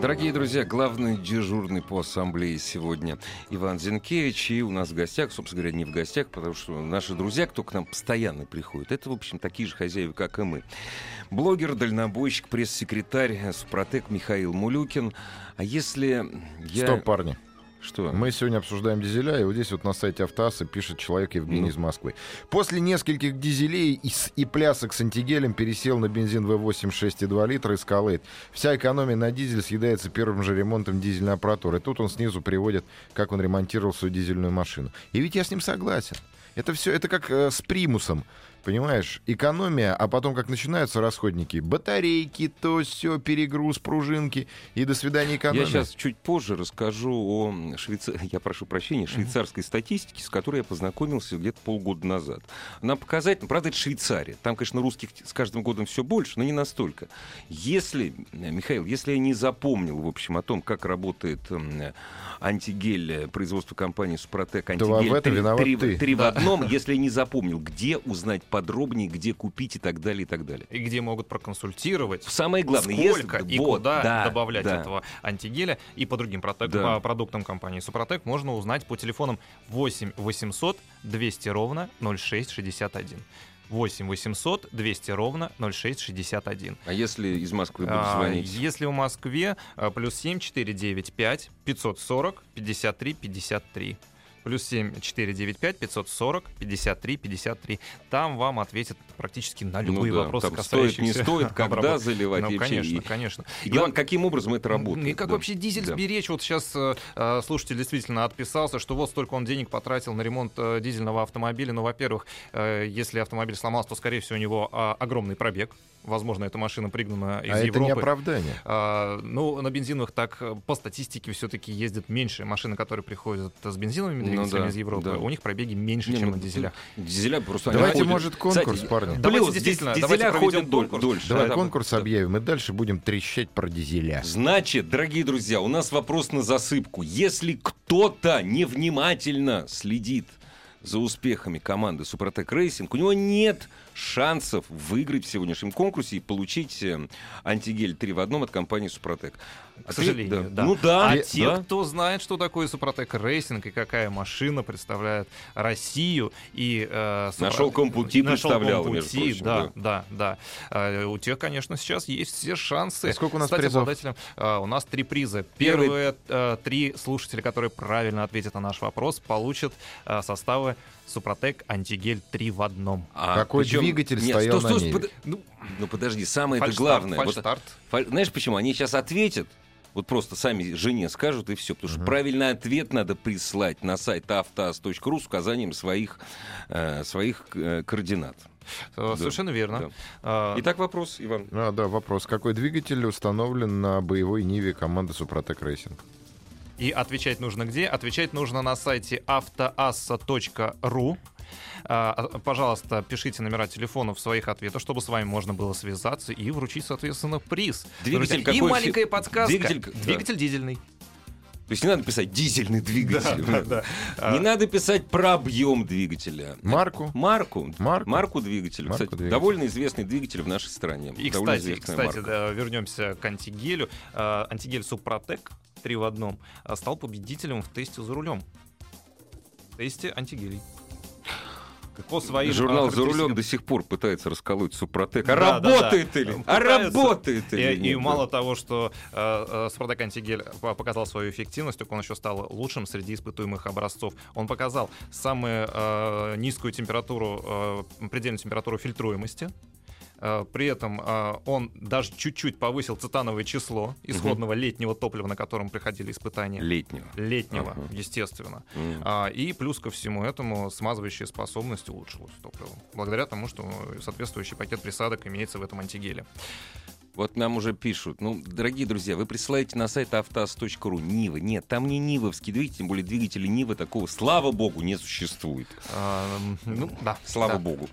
Speaker 1: Дорогие друзья, главный дежурный по ассамблее сегодня Иван Зинкевич. И у нас в гостях, собственно говоря, не в гостях, потому что наши друзья, кто к нам постоянно приходит, это, в общем, такие же хозяева, как и мы. Блогер, дальнобойщик, пресс-секретарь э, Супротек Михаил Мулюкин. А если я...
Speaker 2: Стоп, парни.
Speaker 1: Что?
Speaker 2: Мы сегодня обсуждаем дизеля, и вот здесь вот на сайте Автоаса пишет человек Евгений
Speaker 1: Ну.
Speaker 2: из Москвы. После нескольких дизелей и, с- и плясок с антигелем пересел на бензин V8 6,2 литра Escalade. Вся экономия на дизель съедается первым же ремонтом дизельной аппаратуры. И тут он снизу приводит, как он ремонтировал свою дизельную машину. И ведь я с ним согласен. Это все, это как э, с примусом, понимаешь? Экономия, а потом как начинаются расходники, батарейки, то все, перегруз, пружинки и до свидания экономия.
Speaker 1: Я сейчас чуть позже расскажу о швейца... [LAUGHS] я прошу прощения, швейцарской статистике, с которой я познакомился где-то полгода назад. Она показательна, правда, это Швейцария. Там, конечно, русских с каждым годом все больше, но не настолько. Если, э, Михаил, если я не запомнил, в общем, о том, как работает м, э, антигель э, производства компании Супротек,
Speaker 2: То в
Speaker 1: антигель
Speaker 2: этом виноват
Speaker 1: три,
Speaker 2: ты.
Speaker 1: три в
Speaker 3: [LAUGHS]
Speaker 1: одном, если я не запомнил, где узнать подробнее, где купить и так далее, и так далее.
Speaker 3: И где могут проконсультировать,
Speaker 1: Самое главное,
Speaker 3: сколько
Speaker 1: если...
Speaker 3: и
Speaker 1: вот,
Speaker 3: куда
Speaker 1: да,
Speaker 3: добавлять
Speaker 1: да.
Speaker 3: этого антигеля. И по другим протек-
Speaker 1: Да.
Speaker 3: по продуктам компании Супротек можно узнать по телефонам 8 800 200 ровно 0661. 8 800 200 ровно 0661.
Speaker 1: А если из Москвы будут
Speaker 3: А,
Speaker 1: звонить?
Speaker 3: Если в Москве, а, плюс 7 495 540 53 53. Плюс 7 495 540 53 53. Там вам ответят практически на а любые
Speaker 1: Ну да,
Speaker 3: вопросы,
Speaker 1: там стоит,
Speaker 3: касающиеся
Speaker 1: не
Speaker 3: [LAUGHS]
Speaker 1: стоит, когда
Speaker 3: обработки.
Speaker 1: заливать.
Speaker 3: Ну,
Speaker 1: и вообще,
Speaker 3: конечно,
Speaker 1: и-
Speaker 3: конечно.
Speaker 1: И главное, каким образом это работает.
Speaker 3: И как
Speaker 1: да.
Speaker 3: вообще дизель
Speaker 1: Да.
Speaker 3: сберечь? Вот сейчас слушатель действительно отписался, что вот столько он денег потратил на ремонт э, дизельного автомобиля. Ну, во-первых, э, если автомобиль сломался, то, скорее всего, у него а, огромный пробег. Возможно, эта машина пригнана из
Speaker 2: а это не
Speaker 3: Европы.
Speaker 2: оправдание.
Speaker 3: А, ну, на бензиновых так э, по статистике все-таки ездят меньше. Машины, которые приходят с бензиновыми
Speaker 1: Ну
Speaker 3: двигателями
Speaker 1: да,
Speaker 3: из Европы,
Speaker 1: да.
Speaker 3: у них пробеги меньше,
Speaker 1: Не,
Speaker 3: чем
Speaker 1: ну,
Speaker 3: на дизелях.
Speaker 1: Дизеля просто... они
Speaker 2: Давайте,
Speaker 1: ходят.
Speaker 2: может, конкурс,
Speaker 1: Кстати,
Speaker 2: парни.
Speaker 3: Давайте
Speaker 1: плюс,
Speaker 3: действительно,
Speaker 1: дизеля
Speaker 3: давайте проведем
Speaker 1: ходят дол-
Speaker 3: конкурс.
Speaker 1: дольше.
Speaker 2: Давай
Speaker 1: Да.
Speaker 2: конкурс объявим, и дальше будем трещать про дизеля.
Speaker 1: Значит, дорогие друзья, у нас вопрос на засыпку. Если кто-то невнимательно следит за успехами команды Супротек Рейсинг, у него нет шансов выиграть в сегодняшнем конкурсе и получить э, антигель 3 в одном от компании Супротек.
Speaker 3: К сожалению, да.
Speaker 1: Ну да,
Speaker 3: А
Speaker 1: да.
Speaker 3: те, кто знает, что такое Супротек Рейсинг и какая машина представляет Россию и э, Супра-
Speaker 1: Нашел компути
Speaker 3: Нашел
Speaker 1: представляла, между
Speaker 3: компути,
Speaker 1: прочим,
Speaker 3: да, да, да. Э, у тех, конечно, сейчас есть все шансы.
Speaker 2: А сколько у нас
Speaker 3: стать
Speaker 2: призов?
Speaker 3: обладателем? Э, у нас три приза.
Speaker 1: Первый-
Speaker 3: Первые э, три слушателя, которые правильно ответят на наш вопрос, получат э, составы Супротек Антигель 3 в одном.
Speaker 1: А,
Speaker 2: Какой двигатель стоял на ней?
Speaker 1: под- ну, ну, подожди, самое это
Speaker 3: Фальштарт,
Speaker 1: главное. Вот,
Speaker 3: фальштарт.
Speaker 1: фаль- Знаешь почему? Они сейчас ответят, вот просто сами жене скажут и все. Потому что
Speaker 2: Мгм.
Speaker 1: правильный ответ надо прислать на сайт автоаз.ру с указанием своих, э, своих э, координат.
Speaker 3: Э,
Speaker 1: Да,
Speaker 3: Совершенно верно. Э,
Speaker 1: Итак, вопрос, Иван.
Speaker 2: А, да, вопрос. Какой двигатель установлен на боевой Ниве команды Супротек Рейсинг?
Speaker 3: И отвечать нужно где? Отвечать нужно на сайте автоасса.ру. А, а, Пожалуйста, пишите номера телефонов своих ответов, чтобы с вами можно было связаться и вручить, соответственно, приз.
Speaker 1: Двигатель
Speaker 3: Друзья, И
Speaker 1: какой
Speaker 3: маленькая
Speaker 1: фи-
Speaker 3: подсказка.
Speaker 1: Двигатель к- да.
Speaker 3: Двигатель дизельный.
Speaker 1: То есть не надо писать дизельный двигатель.
Speaker 3: да. А.
Speaker 1: Не надо писать про объем двигателя.
Speaker 2: Марку?
Speaker 1: Марку.
Speaker 2: Марку.
Speaker 1: двигателя.
Speaker 2: Марку
Speaker 1: Кстати,
Speaker 2: двигателя.
Speaker 1: довольно известный двигатель в нашей стране.
Speaker 3: И,
Speaker 1: Довольно
Speaker 3: кстати,
Speaker 1: известная
Speaker 3: кстати
Speaker 1: марка.
Speaker 3: да, вернемся к антигелю. А, Антигель Супротек 3 в одном а, стал победителем в тесте за рулем. В тесте антигелей. по своим...
Speaker 1: Журнал
Speaker 3: а,
Speaker 1: «За рулем» до
Speaker 3: характеристикам.
Speaker 1: сих пор пытается расколоть Супротек. А
Speaker 3: Да, да, да.
Speaker 1: работает или? А
Speaker 3: Пытается.
Speaker 1: работает или?
Speaker 3: И, и
Speaker 1: нет?
Speaker 3: мало того, что э, э, Спартак антигель по- показал свою эффективность, так он еще стал лучшим среди испытуемых образцов. Он показал самую э, низкую температуру, э, предельную температуру фильтруемости. Э, При этом э, он даже чуть-чуть повысил цитановое число исходного летнего топлива, на котором приходили испытания.
Speaker 1: Летнего.
Speaker 3: Летнего,
Speaker 1: Ага.
Speaker 3: естественно.
Speaker 1: М.
Speaker 3: А, И плюс ко всему этому смазывающая способность улучшилась топливо. Благодаря тому, что э, соответствующий пакет присадок имеется в этом антигеле.
Speaker 1: Вот нам уже пишут. Ну, дорогие друзья, вы присылаете на сайт автоаз.ру Нивы. Нет, там не Нивовский двигатель, тем более двигатели Нивы такого, слава богу, не существует.
Speaker 3: А, м, Ну, да.
Speaker 1: Слава
Speaker 3: да.
Speaker 1: богу.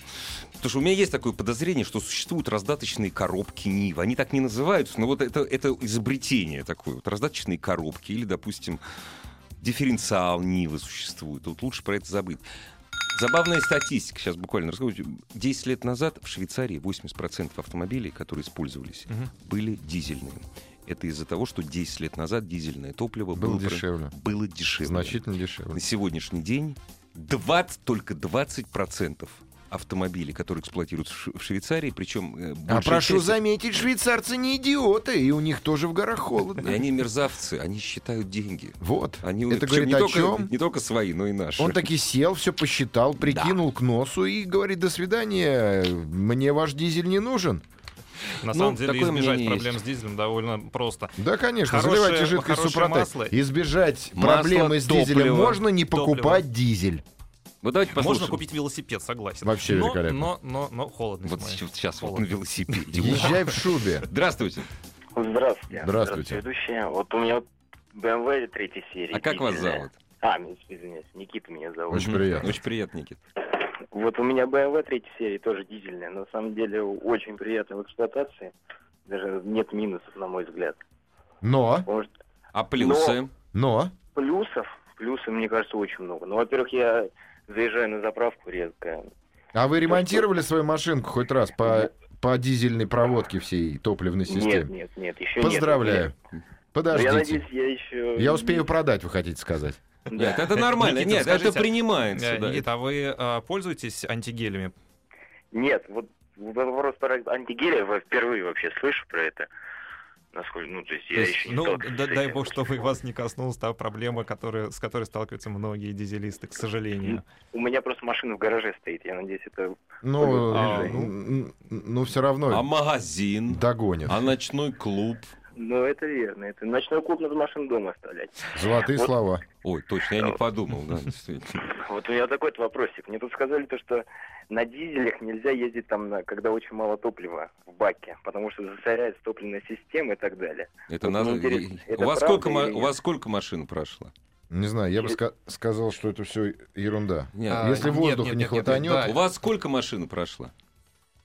Speaker 1: Потому что у меня есть такое подозрение, что существуют раздаточные коробки Нивы. Они так не называются, но вот это, это изобретение такое. Вот раздаточные коробки или, допустим, дифференциал Нивы существует. Вот лучше про это забыть. Забавная статистика, сейчас буквально расскажу. 10 лет назад в Швейцарии 80% автомобилей, которые использовались,
Speaker 3: Мгм.
Speaker 1: были дизельными. Это из-за того, что 10 лет назад дизельное топливо
Speaker 2: Было
Speaker 1: про-
Speaker 2: дешевле.
Speaker 1: было дешевле.
Speaker 2: Значительно
Speaker 1: На
Speaker 2: дешевле.
Speaker 1: сегодняшний день 20, только 20% автомобилей, которые эксплуатируются в Ш- в Швейцарии, э, причем
Speaker 2: А прошу заметить, швейцарцы не идиоты, и у них тоже в горах
Speaker 1: И
Speaker 2: холодно.
Speaker 1: они мерзавцы, они считают деньги.
Speaker 2: Вот.
Speaker 1: Они,
Speaker 2: Это
Speaker 1: причем
Speaker 2: говорит
Speaker 1: не
Speaker 2: о
Speaker 1: только,
Speaker 2: чем?
Speaker 1: Не только свои, но и наши.
Speaker 2: Он таки сел, все посчитал, прикинул к носу и говорит, до свидания, мне ваш дизель не нужен.
Speaker 1: Ну,
Speaker 3: На самом деле
Speaker 1: такое
Speaker 3: избежать
Speaker 1: мнение
Speaker 3: проблем
Speaker 1: есть.
Speaker 3: с дизелем довольно просто.
Speaker 2: Да, конечно,
Speaker 3: Хорошее-
Speaker 2: заливайте жидкость
Speaker 3: хорошее
Speaker 2: супротек.
Speaker 3: масло.
Speaker 2: Избежать
Speaker 1: Масло,
Speaker 2: проблемы с дизелем
Speaker 1: топливо,
Speaker 2: можно, не
Speaker 3: топливо.
Speaker 2: покупать дизель.
Speaker 1: Вот Ну, давайте послушаем.
Speaker 3: Можно купить велосипед, согласен.
Speaker 2: Вообще
Speaker 3: но,
Speaker 2: великолепно.
Speaker 3: Но, но, но холодно.
Speaker 1: Вот
Speaker 3: зимой.
Speaker 1: сейчас вот на
Speaker 3: Холодно.
Speaker 1: велосипеде.
Speaker 2: Езжай в шубе.
Speaker 1: Здравствуйте.
Speaker 6: Здравствуйте.
Speaker 2: Здравствуйте.
Speaker 6: Ведущая. Вот у меня вот BMW третьей серии.
Speaker 1: А как вас
Speaker 6: дизельная.
Speaker 1: зовут?
Speaker 6: А, ну, извиняюсь, Никита меня зовут.
Speaker 2: Очень
Speaker 1: Мгм.
Speaker 2: приятно.
Speaker 1: Очень приятно, Никит.
Speaker 6: Вот у меня BMW третьей серии тоже дизельная. На самом деле очень приятная в эксплуатации. Даже нет минусов, на мой взгляд.
Speaker 2: Но,
Speaker 6: Потому что
Speaker 1: А плюсы?
Speaker 2: но,
Speaker 6: плюсов, плюсов, мне кажется, очень много. Ну, во-первых, я заезжаю на заправку редко.
Speaker 2: а вы ремонтировали свою машинку хоть раз по, по дизельной проводке всей топливной
Speaker 6: Нет,
Speaker 2: системы?
Speaker 6: нет, нет, еще нет.
Speaker 2: Поздравляю.
Speaker 6: Нет. Я
Speaker 2: Подождите.
Speaker 6: надеюсь, я еще...
Speaker 2: Я успею продать, вы хотите сказать.
Speaker 6: Да.
Speaker 1: Нет, это нормально.
Speaker 3: Никита,
Speaker 1: Нет,
Speaker 3: скажите,
Speaker 1: это
Speaker 3: а-
Speaker 1: принимается.
Speaker 3: Э,
Speaker 1: да.
Speaker 3: Никита, а вы э, пользуетесь антигелями?
Speaker 6: Нет, вот вопрос про антигелия я впервые вообще слышу про это. Насколько, ну, то есть я
Speaker 3: То есть,
Speaker 6: еще не
Speaker 3: ну,
Speaker 6: сталкивался
Speaker 3: да-
Speaker 6: с
Speaker 3: дай
Speaker 6: этим.
Speaker 3: бог, чтобы вас не коснулась та проблема, которая, с которой сталкиваются многие дизелисты, к сожалению.
Speaker 6: У меня просто машина в гараже стоит, я надеюсь, это...
Speaker 2: Ну,
Speaker 3: А,
Speaker 2: м, м, ну все равно
Speaker 1: А магазин?
Speaker 2: догонят.
Speaker 1: А ночной клуб?
Speaker 6: Ну, это верно, это ночной клуб надо машину дома оставлять.
Speaker 2: Золотые
Speaker 6: Вот.
Speaker 2: слова.
Speaker 1: Ой, точно, я не подумал. да, действительно.
Speaker 6: Вот у меня такой-то вопросик. Мне тут сказали то, что на дизелях нельзя ездить там, на- когда очень мало топлива в баке, потому что засоряется топливная система и так далее.
Speaker 1: Это
Speaker 6: Вот
Speaker 1: надо...
Speaker 6: мне Ну, интересно,
Speaker 1: У
Speaker 6: это
Speaker 1: вас
Speaker 6: правда
Speaker 1: сколько ма-
Speaker 6: или
Speaker 1: у
Speaker 6: нет?
Speaker 1: вас сколько машин прошло?
Speaker 2: Не знаю, я бы ска- сказал, что это все ерунда.
Speaker 1: Нет,
Speaker 3: А,
Speaker 2: Если
Speaker 3: нет,
Speaker 2: воздуха
Speaker 3: нет,
Speaker 2: не
Speaker 3: нет, нет,
Speaker 2: хватанет,
Speaker 3: да.
Speaker 1: У вас сколько машин прошло?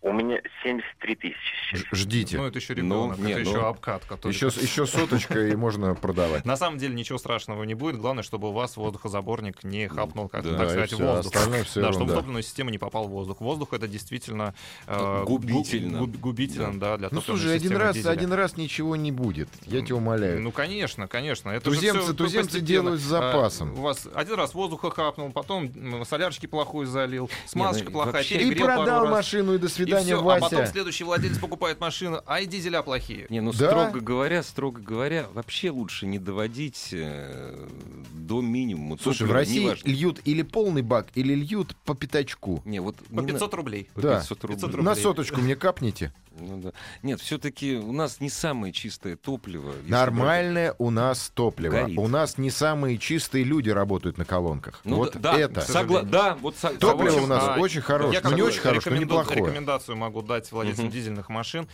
Speaker 6: У меня 73 тысячи сейчас.
Speaker 2: ж- ждите.
Speaker 3: Ну, это еще
Speaker 1: Ну,
Speaker 3: ребенок,
Speaker 1: не,
Speaker 3: это
Speaker 1: ну,
Speaker 3: еще обкатка. только.
Speaker 2: еще, еще соточка и можно продавать.
Speaker 3: На самом деле ничего страшного не будет. Главное, чтобы у вас воздухозаборник не хапнул, как
Speaker 1: Да,
Speaker 3: [LAUGHS] так
Speaker 2: и
Speaker 3: сказать,
Speaker 2: всё,
Speaker 3: воздух.
Speaker 2: остальное всё
Speaker 3: да, чтобы в
Speaker 2: ерунда.
Speaker 3: топливную систему не попал воздух. Воздух это действительно э,
Speaker 1: Губительно.
Speaker 3: гу- гу- губителен, да, для
Speaker 2: Ну
Speaker 3: топливной
Speaker 2: слушай, один
Speaker 3: системы
Speaker 2: раз,
Speaker 3: дизеля.
Speaker 2: один раз ничего не будет. Я тебя умоляю.
Speaker 3: Ну, конечно, конечно. Это же
Speaker 2: Туземцы-
Speaker 3: всё
Speaker 2: туземцы
Speaker 3: постепенно.
Speaker 2: делают с запасом.
Speaker 3: А, у вас один раз воздуха хапнул, потом м, солярочки плохую залил, смазочка
Speaker 1: ну,
Speaker 3: плохая,
Speaker 2: И
Speaker 1: вообще-
Speaker 3: перегрел пару
Speaker 2: продал
Speaker 3: раз,
Speaker 2: машину, и до
Speaker 3: и
Speaker 2: свидания,
Speaker 3: всё. а
Speaker 2: Вася.
Speaker 3: потом следующий владелец покупает машину, а и дизеля плохие.
Speaker 1: Не, ну
Speaker 2: Да.
Speaker 1: строго говоря, строго говоря, вообще лучше не доводить э, до минимума.
Speaker 2: Слушай, в
Speaker 1: топливо,
Speaker 2: России
Speaker 1: неважно.
Speaker 2: льют или полный бак, или льют по пятачку.
Speaker 1: Не, вот
Speaker 3: По
Speaker 2: ну,
Speaker 1: не
Speaker 3: 500 рублей.
Speaker 1: на- по
Speaker 2: Да.
Speaker 1: 500 рублей.
Speaker 3: 500 рублей.
Speaker 2: На соточку мне
Speaker 3: [LAUGHS]
Speaker 2: капните.
Speaker 1: Ну да. Нет, все-таки у нас не самое чистое топливо. если
Speaker 2: Нормальное у нас топливо.
Speaker 1: Горит.
Speaker 2: У нас не самые чистые люди работают на колонках.
Speaker 1: брать. Ну
Speaker 2: вот
Speaker 1: да, да,
Speaker 2: это.
Speaker 3: Сог-
Speaker 1: Согла... Да, вот со-
Speaker 2: Топливо
Speaker 1: согласен.
Speaker 2: у нас
Speaker 3: а,
Speaker 2: очень хорошее.
Speaker 3: Я
Speaker 2: Ну,
Speaker 3: как
Speaker 2: не
Speaker 3: бы
Speaker 2: очень хорошее, но
Speaker 3: рекоменду-
Speaker 2: неплохое.
Speaker 3: Рекомендацию могу дать владельцам
Speaker 1: Мгм.
Speaker 3: дизельных машин.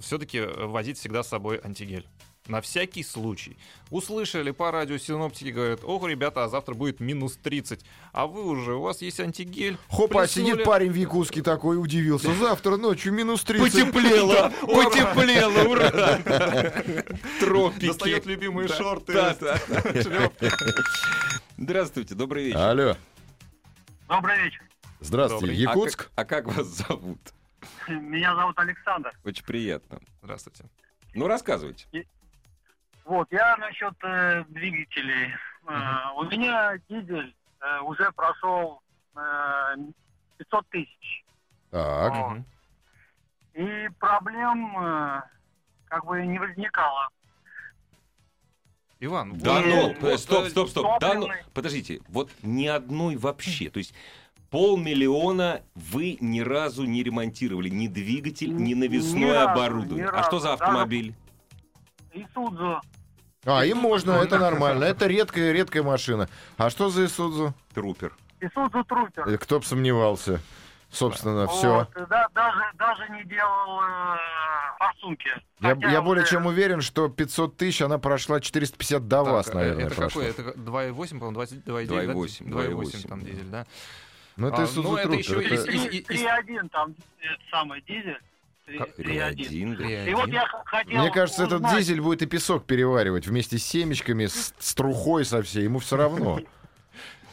Speaker 3: Все-таки возить всегда с собой антигель. На всякий случай. Услышали по радио синоптики, говорят, ох, ребята, а завтра будет минус 30. А вы уже, у вас есть антигель.
Speaker 2: Хопа,
Speaker 3: плеснули.
Speaker 2: сидит парень в Якутске такой, удивился. Завтра ночью минус 30.
Speaker 1: [LAUGHS] Потеплело,
Speaker 2: [LAUGHS]
Speaker 1: потеплело, ура!
Speaker 3: Достает
Speaker 1: Тропики.
Speaker 3: любимые
Speaker 1: Да,
Speaker 3: шорты.
Speaker 1: да, да.
Speaker 3: шлёпки.
Speaker 1: Здравствуйте, добрый вечер.
Speaker 2: Алло,
Speaker 7: Добрый вечер. [LAUGHS]
Speaker 2: здравствуйте,
Speaker 3: Добрый.
Speaker 1: А как-
Speaker 2: Якутск?
Speaker 1: А как вас зовут?
Speaker 7: Меня зовут Александр.
Speaker 1: Очень приятно.
Speaker 3: Здравствуйте.
Speaker 1: Ну, рассказывайте.
Speaker 7: Вот, я насчет э, двигателей. Э, у меня дизель э, уже прошел э, 500 тысяч.
Speaker 2: Так.
Speaker 3: Мгм.
Speaker 7: И проблем э, как бы не возникало.
Speaker 3: Иван,
Speaker 1: Да
Speaker 3: вот-
Speaker 1: ну,
Speaker 3: вот, э,
Speaker 1: стоп, стоп, стоп. Да ну,
Speaker 7: топливный.
Speaker 1: подождите, вот ни одной вообще. То есть полмиллиона вы ни разу не ремонтировали ни двигатель, ни
Speaker 7: Ни
Speaker 1: навесное
Speaker 7: разу,
Speaker 1: оборудование.
Speaker 7: ни
Speaker 1: А что
Speaker 7: разу,
Speaker 1: за
Speaker 7: да.
Speaker 1: автомобиль?
Speaker 7: Исудзу
Speaker 2: А, им можно, это нормально. Это редкая-редкая машина. А что за Исудзу?
Speaker 1: Трупер.
Speaker 7: Исудзу Трупер.
Speaker 2: Э, Кто бы сомневался. Собственно, все.
Speaker 7: Вот, э, да, даже, даже не делал э, форсунки.
Speaker 2: Я,
Speaker 7: Хотя
Speaker 2: я
Speaker 7: вот,
Speaker 2: более
Speaker 7: э,
Speaker 2: чем уверен, что 500 тысяч она прошла 450 до
Speaker 3: так,
Speaker 2: вас,
Speaker 3: э,
Speaker 2: наверное,
Speaker 3: Это
Speaker 2: прошла.
Speaker 3: какой? Это 2,8, по-моему, 20 2,9,
Speaker 1: 2,8,
Speaker 3: 2,8 там
Speaker 1: 2,8,
Speaker 3: дизель, да?
Speaker 2: Ну, это
Speaker 3: А,
Speaker 2: Isuzu
Speaker 3: ну, это
Speaker 2: Trooper,
Speaker 3: еще
Speaker 2: это-
Speaker 3: и-
Speaker 7: три- три- 3.1 там это самый дизель. Три-
Speaker 3: Как?
Speaker 7: 3.1.
Speaker 1: да.
Speaker 7: И вот я х- хотел
Speaker 2: Мне кажется, этот
Speaker 7: узнать,
Speaker 2: дизель будет и песок переваривать вместе с семечками, с, с трухой со всей. Ему все равно.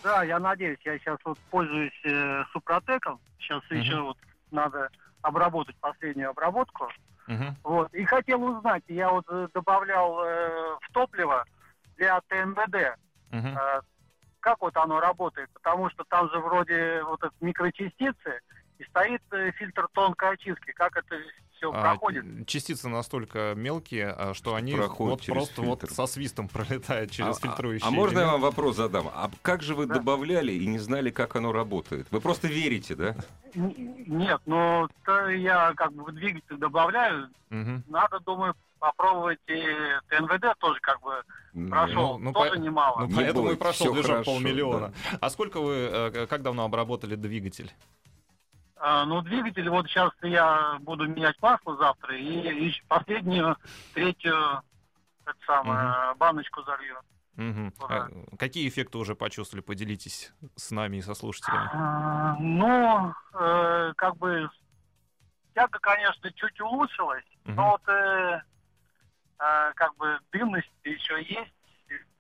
Speaker 7: Да, я надеюсь, я сейчас вот пользуюсь э, супротеком. Сейчас
Speaker 3: Мгм.
Speaker 7: еще вот надо обработать последнюю обработку.
Speaker 3: Мгм.
Speaker 7: Вот. И хотел узнать, я вот э, добавлял э, в топливо для ТНВД.
Speaker 3: Мгм.
Speaker 7: Э, как вот оно работает, потому что там же вроде вот это микрочастицы и стоит э, фильтр тонкой очистки, как это все
Speaker 3: А,
Speaker 7: проходит.
Speaker 3: частицы настолько мелкие, а, что они
Speaker 1: Проходят
Speaker 3: вот
Speaker 1: через
Speaker 3: просто вот
Speaker 1: фильтр.
Speaker 3: со свистом пролетают через
Speaker 1: А-
Speaker 3: фильтрующие.
Speaker 1: А можно я
Speaker 3: элементы.
Speaker 1: вам вопрос задам? А как же вы
Speaker 7: Да.
Speaker 1: добавляли и не знали, как оно работает? Вы просто верите, да?
Speaker 7: Н- Нет, но то я как бы в двигатель добавляю,
Speaker 1: Ну,
Speaker 3: Мгм.
Speaker 7: надо, думаю, попробовать и ТНВД тоже как бы прошел,
Speaker 3: ну,
Speaker 7: тоже
Speaker 3: по-
Speaker 7: немало.
Speaker 3: Ну,
Speaker 1: Не
Speaker 3: поэтому
Speaker 1: будет,
Speaker 3: и прошел
Speaker 1: всё
Speaker 3: движок
Speaker 1: хорошо,
Speaker 3: полмиллиона. А сколько вы, э, как давно обработали двигатель?
Speaker 7: А, ну, двигатель, вот сейчас я буду менять масло завтра, и, и последнюю, третью, это самое, баночку залью.
Speaker 3: Мгм. А, какие эффекты уже почувствовали? Поделитесь с нами и со слушателями.
Speaker 7: А, Ну, э, как бы тяга, конечно, чуть улучшилась,
Speaker 3: Мгм.
Speaker 7: но вот э, э, как бы дымность еще есть.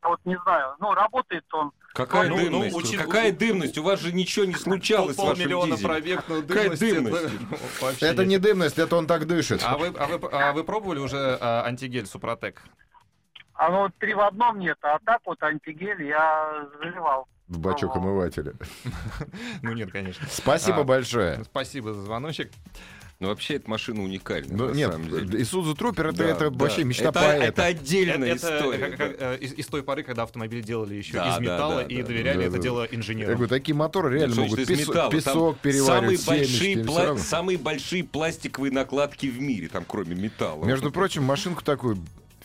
Speaker 7: Вот не знаю, ну работает он.
Speaker 1: Какая
Speaker 3: Ну, ну,
Speaker 1: дымность?
Speaker 3: учи-
Speaker 1: Какая
Speaker 3: у-
Speaker 1: дымность? У вас же ничего не случалось с вашим
Speaker 3: Полмиллиона
Speaker 1: дизелем.
Speaker 3: пробег, но
Speaker 1: Какая
Speaker 3: дымность это
Speaker 1: дымность?
Speaker 3: [LAUGHS] вообще
Speaker 2: Это
Speaker 3: нет.
Speaker 2: не дымность, это он так дышит.
Speaker 3: А вы, а вы- а вы пробовали уже а, антигель Супротек?
Speaker 7: Оно вот три в одном нет, а так вот антигель я заливал.
Speaker 2: В бачок омывателя.
Speaker 3: Ну нет, конечно.
Speaker 2: Спасибо
Speaker 3: А.
Speaker 2: большое.
Speaker 3: Спасибо за звоночек.
Speaker 1: Ну, вообще, эта машина уникальна,
Speaker 2: Ну,
Speaker 1: на
Speaker 2: нет,
Speaker 1: самом деле.
Speaker 2: Исудзу Трупер это,
Speaker 1: Да,
Speaker 2: это
Speaker 1: да.
Speaker 2: вообще мечта
Speaker 1: это,
Speaker 2: поэта.
Speaker 1: Это отдельная
Speaker 3: это
Speaker 1: история.
Speaker 3: как- как, э, из, из той поры, когда автомобиль делали еще
Speaker 1: Да,
Speaker 3: из
Speaker 1: да,
Speaker 3: металла
Speaker 1: да,
Speaker 3: и
Speaker 1: да,
Speaker 3: доверяли
Speaker 2: да,
Speaker 3: это
Speaker 2: да.
Speaker 3: дело
Speaker 2: Я говорю,
Speaker 3: инженерам.
Speaker 2: такие моторы реально
Speaker 1: Что
Speaker 2: могут
Speaker 1: значит из
Speaker 2: песо-
Speaker 1: металла? Там
Speaker 2: песок
Speaker 1: самые
Speaker 2: переваривать,
Speaker 1: большие,
Speaker 2: семечки. им
Speaker 1: пла-
Speaker 2: всё равно.
Speaker 1: самые большие пластиковые накладки в мире, там, кроме металла.
Speaker 2: Между
Speaker 1: Вот.
Speaker 2: прочим, машинку такую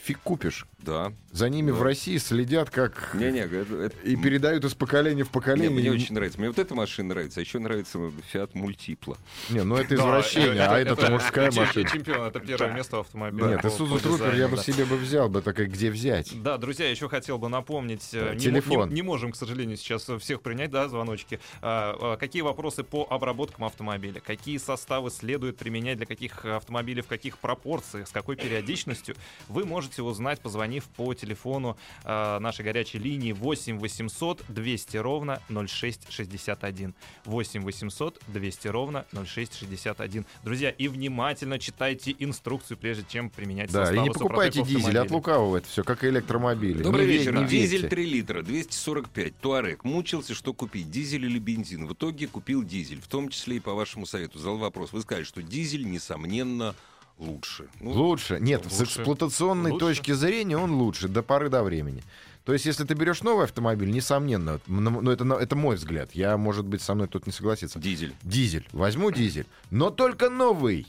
Speaker 2: фиг купишь.
Speaker 1: Да.
Speaker 2: За ними
Speaker 1: Да.
Speaker 2: в России следят как...
Speaker 1: Не-не, это- это-
Speaker 2: И передают из поколения в
Speaker 1: Не,
Speaker 2: поколение.
Speaker 1: мне
Speaker 2: И-
Speaker 1: очень нравится. Мне вот эта машина нравится, а еще нравится Fiat Multipla.
Speaker 2: Не, ну это
Speaker 3: Да, э,
Speaker 2: извращение, а это, мужская
Speaker 3: чемпион-
Speaker 2: машина.
Speaker 3: Чемпион, это первое место автомобиля.
Speaker 2: Нет,
Speaker 3: по-
Speaker 2: Исузу
Speaker 3: по
Speaker 2: Трупер я
Speaker 3: дизайну,
Speaker 2: бы
Speaker 3: да.
Speaker 2: себе бы взял, бы такая, где взять?
Speaker 3: Да, друзья, еще хотел бы напомнить, э, не мо-
Speaker 2: Телефон.
Speaker 3: Не, не можем, к сожалению, сейчас всех принять, да, звоночки. А, а, Какие вопросы по обработкам автомобиля? Какие составы следует применять для каких автомобилей, в каких пропорциях, с какой периодичностью? Вы можете узнать, позвонив по телефону э, нашей горячей линии 8 800 200 ровно 0661. 8 800 200 ровно 0661. Друзья, и внимательно читайте инструкцию, прежде чем применять
Speaker 2: Да, и
Speaker 3: составы
Speaker 2: не покупайте
Speaker 3: Супротек в
Speaker 2: дизель, а от
Speaker 3: автомобиле.
Speaker 2: лукавого это все, как и электромобили.
Speaker 1: Добрый
Speaker 2: Не ве-
Speaker 1: вечер.
Speaker 2: не
Speaker 1: дизель
Speaker 2: верьте.
Speaker 1: 3 литра, 245, Туарек. Мучился, что купить, дизель или бензин. В итоге купил дизель, в том числе и по вашему совету. Задал вопрос. Вы сказали, что дизель, несомненно, лучше. Ну,
Speaker 2: Лучше. Нет, с
Speaker 3: Лучше.
Speaker 2: эксплуатационной
Speaker 3: Лучше.
Speaker 2: точки зрения он лучше до поры до времени. То есть, если ты берешь новый автомобиль, несомненно, м- ну, это, на- это мой взгляд, я, может быть, со мной тут не согласится.
Speaker 1: Дизель.
Speaker 2: Дизель, возьму дизель, но только новый.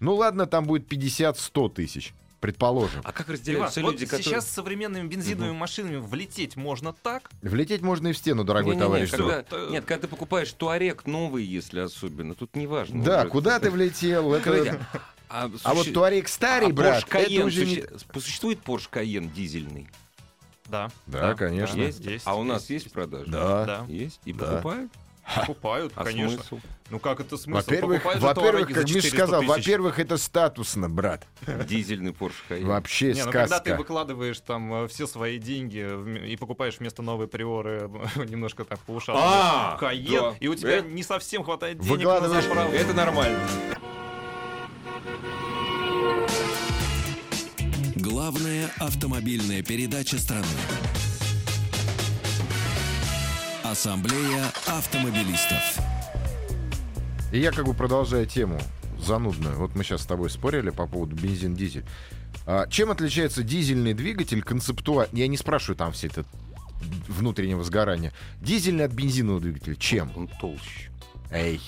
Speaker 2: Ну ладно, там будет 50-100 тысяч, предположим.
Speaker 1: А как
Speaker 3: Иван,
Speaker 1: разделяются
Speaker 3: вот
Speaker 1: люди,
Speaker 3: сейчас
Speaker 1: которые...
Speaker 3: с современными бензиновыми машинами влететь можно так.
Speaker 2: Влететь можно и в стену, дорогой
Speaker 1: Не-не-не,
Speaker 2: товарищ.
Speaker 1: когда-
Speaker 2: друг.
Speaker 3: Т-
Speaker 1: Нет, когда ты покупаешь туарек новый, если особенно, тут не важно.
Speaker 2: Да,
Speaker 1: уже.
Speaker 2: куда ты влетел? это-
Speaker 1: Скажите, А,
Speaker 2: А
Speaker 1: суще-
Speaker 2: вот Туарек старый,
Speaker 1: а
Speaker 2: брат,
Speaker 1: Porsche
Speaker 2: это
Speaker 1: Cayenne
Speaker 2: уже не...
Speaker 1: суще- Существует Porsche Cayenne дизельный?
Speaker 3: Да.
Speaker 2: Да, конечно.
Speaker 3: да,
Speaker 1: Есть? А у нас есть, продажа?
Speaker 2: Да.
Speaker 3: Да.
Speaker 1: Есть? И
Speaker 2: Да.
Speaker 1: покупают?
Speaker 3: Покупают,
Speaker 1: А
Speaker 3: конечно.
Speaker 1: смысл?
Speaker 3: Ну как это смысл?
Speaker 2: Во-первых,
Speaker 3: Покупают же
Speaker 2: во-первых,
Speaker 3: Touareg за
Speaker 2: как Миша
Speaker 3: 400
Speaker 2: сказал,
Speaker 3: тысяч.
Speaker 2: во-первых, это статусно, брат.
Speaker 1: Дизельный Porsche Cayenne.
Speaker 2: Вообще
Speaker 3: Не, ну когда ты
Speaker 2: сказка.
Speaker 3: выкладываешь там э, все свои деньги вм- и покупаешь вместо новой приоры э, [LAUGHS] немножко так по ушам
Speaker 1: А,
Speaker 3: Каен,
Speaker 1: да.
Speaker 3: и у тебя
Speaker 1: Э.
Speaker 3: не совсем хватает денег на
Speaker 2: Выкладываешь-
Speaker 3: заправку.
Speaker 1: Это нормально.
Speaker 4: Главная автомобильная передача страны. Ассамблея автомобилистов.
Speaker 2: И я как бы продолжаю тему занудную. Вот мы сейчас с тобой спорили по поводу бензин-дизель. А, чем отличается дизельный двигатель концептуально? Я не спрашиваю там все это внутреннего сгорания. Дизельный от бензинового двигателя чем?
Speaker 1: Он толще.
Speaker 2: Эй.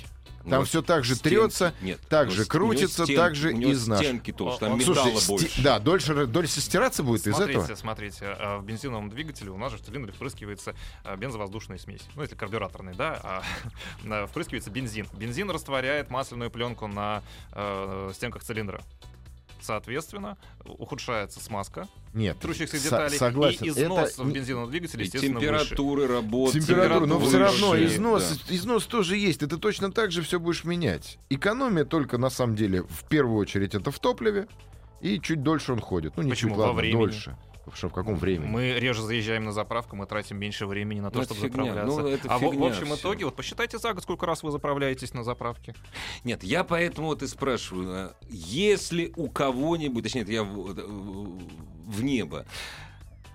Speaker 1: У
Speaker 2: Там
Speaker 1: него
Speaker 2: все так же
Speaker 1: стенки-
Speaker 2: трется,
Speaker 1: нет,
Speaker 2: так
Speaker 1: у
Speaker 2: же
Speaker 1: него
Speaker 2: крутится,
Speaker 1: стен-
Speaker 2: так же
Speaker 1: у него
Speaker 2: изнашивается.
Speaker 1: стенки толще, там
Speaker 3: Он-
Speaker 1: металла
Speaker 2: Слушай, сти-
Speaker 1: больше.
Speaker 2: да, дольше, дольше стираться будет из
Speaker 3: Смотрите,
Speaker 2: этого.
Speaker 3: смотрите, э, в бензиновом двигателе у нас же в цилиндре впрыскивается э, бензовоздушная смесь. Ну, если карбюраторный, да, а, [LAUGHS] э, впрыскивается бензин. Бензин растворяет масляную пленку на э, стенках цилиндра. Соответственно, ухудшается смазка
Speaker 2: Нет,
Speaker 3: трущихся
Speaker 2: со-
Speaker 3: деталей
Speaker 2: согласен.
Speaker 3: и износ
Speaker 2: Это
Speaker 3: в
Speaker 2: не-
Speaker 3: бензиновом двигателе,
Speaker 1: И
Speaker 3: естественно, выше.
Speaker 1: температура работы.
Speaker 2: Температура, но все равно
Speaker 1: выше,
Speaker 2: износ, износ тоже есть. Это точно так же все будешь менять. Экономия только на самом деле в первую очередь это в топливе и чуть дольше он ходит. Ну не
Speaker 3: Почему?
Speaker 2: чуть,
Speaker 3: Во
Speaker 2: ладно,
Speaker 3: времени.
Speaker 2: дольше. Потому что в каком времени?
Speaker 3: Мы реже заезжаем на заправку, мы тратим меньше времени на то,
Speaker 1: Ну, это
Speaker 3: чтобы
Speaker 1: фигня.
Speaker 3: заправляться.
Speaker 1: Ну, это
Speaker 3: а в- в,
Speaker 1: фигня
Speaker 3: общем
Speaker 1: всё.
Speaker 3: итоге, вот посчитайте за год, сколько раз вы заправляетесь на заправке.
Speaker 1: Нет, я поэтому вот и спрашиваю, а, если у кого-нибудь, точнее, это я в, в- в небо,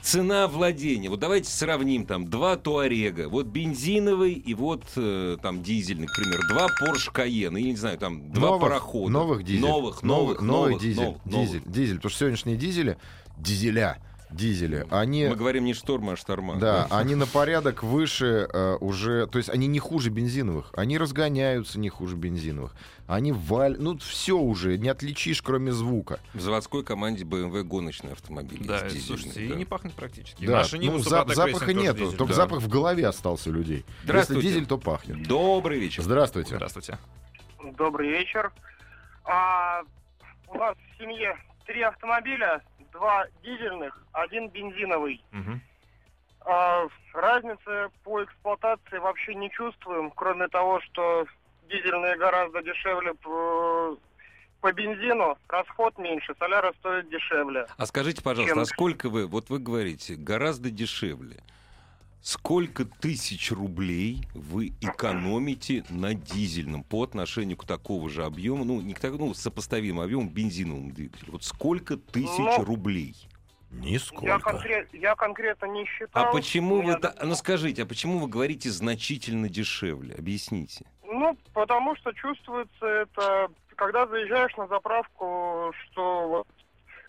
Speaker 1: цена владения, вот давайте сравним там два Туарега, вот бензиновый и вот э, там дизельный, к примеру, два Porsche Cayenne, я не знаю, там два
Speaker 2: Новых-
Speaker 1: парохода.
Speaker 2: Новых дизель.
Speaker 1: Новых,
Speaker 2: Новый-
Speaker 1: новых, новых,
Speaker 2: новый дизель.
Speaker 1: новых,
Speaker 2: дизель, дизель. Потому что сегодняшние дизели, дизеля, дизели, они...
Speaker 1: Мы говорим не шторма, а шторма.
Speaker 2: Да, они на порядок выше э, уже, то есть они не хуже бензиновых, они разгоняются не хуже бензиновых, они валь, ну все уже не отличишь кроме звука.
Speaker 1: В заводской команде BMW гоночный автомобиль.
Speaker 3: Да,
Speaker 1: есть дизельный,
Speaker 3: слушайте,
Speaker 1: да.
Speaker 3: и не пахнет практически.
Speaker 2: Да,
Speaker 3: Наши
Speaker 2: ну
Speaker 3: Нивы
Speaker 2: за-
Speaker 3: Супротек
Speaker 2: запаха
Speaker 3: Racing тоже
Speaker 2: нету,
Speaker 3: дизель.
Speaker 2: только
Speaker 3: Да.
Speaker 2: запах в голове остался у людей. Если
Speaker 1: Здравствуйте.
Speaker 2: дизель, то пахнет.
Speaker 1: Добрый вечер.
Speaker 2: Здравствуйте.
Speaker 3: Здравствуйте.
Speaker 8: Добрый вечер. А, у нас в семье три автомобиля, два дизельных, один бензиновый.
Speaker 3: Мгм.
Speaker 8: А, разницы по эксплуатации вообще не чувствуем, кроме того, что дизельные гораздо дешевле по, по бензину, расход меньше, соляра стоит дешевле.
Speaker 1: А скажите, пожалуйста,
Speaker 8: Чем?
Speaker 1: а сколько вы, вот вы говорите, гораздо дешевле. Сколько тысяч рублей вы экономите на дизельном по отношению к такого же объему, ну, не к такому, ну, сопоставимому объему бензиновому двигателю? Вот сколько тысяч
Speaker 8: Ну,
Speaker 1: рублей?
Speaker 8: Я, конкрет, я конкретно не считал.
Speaker 1: А почему
Speaker 8: У меня
Speaker 1: вы, та- ну скажите, а почему вы говорите значительно дешевле? Объясните.
Speaker 8: Ну, потому что чувствуется это, когда заезжаешь на заправку, что вот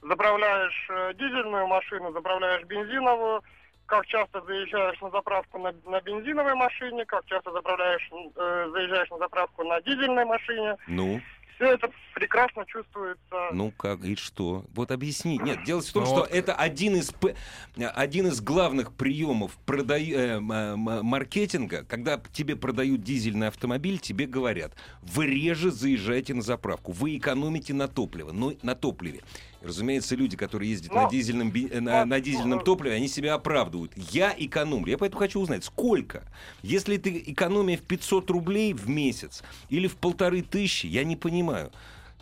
Speaker 8: заправляешь э, дизельную машину, заправляешь бензиновую, как часто заезжаешь на заправку на, на бензиновой машине, как часто заправляешь, э, заезжаешь на заправку на дизельной машине.
Speaker 1: Ну,
Speaker 8: Все это прекрасно чувствуется.
Speaker 1: ну как и что? Вот объясни. Нет, дело в том,
Speaker 3: Э, Ну
Speaker 1: что
Speaker 3: вот-
Speaker 1: это один из п- э, один из главных приемов продай- э, м- м- маркетинга, когда тебе продают дизельный автомобиль, тебе говорят: вы реже заезжаете на заправку, вы экономите на топливо, но на топливе. И, Разумеется, люди, которые ездят на
Speaker 3: Ну,
Speaker 8: Но-
Speaker 1: дизельном би- э, на,
Speaker 8: но-
Speaker 1: на дизельном
Speaker 8: но-
Speaker 1: топливе, они себя оправдывают. Я экономлю. Я поэтому хочу узнать, сколько. Если ты экономия в 500 рублей в месяц или в полторы тысячи, я не понимаю.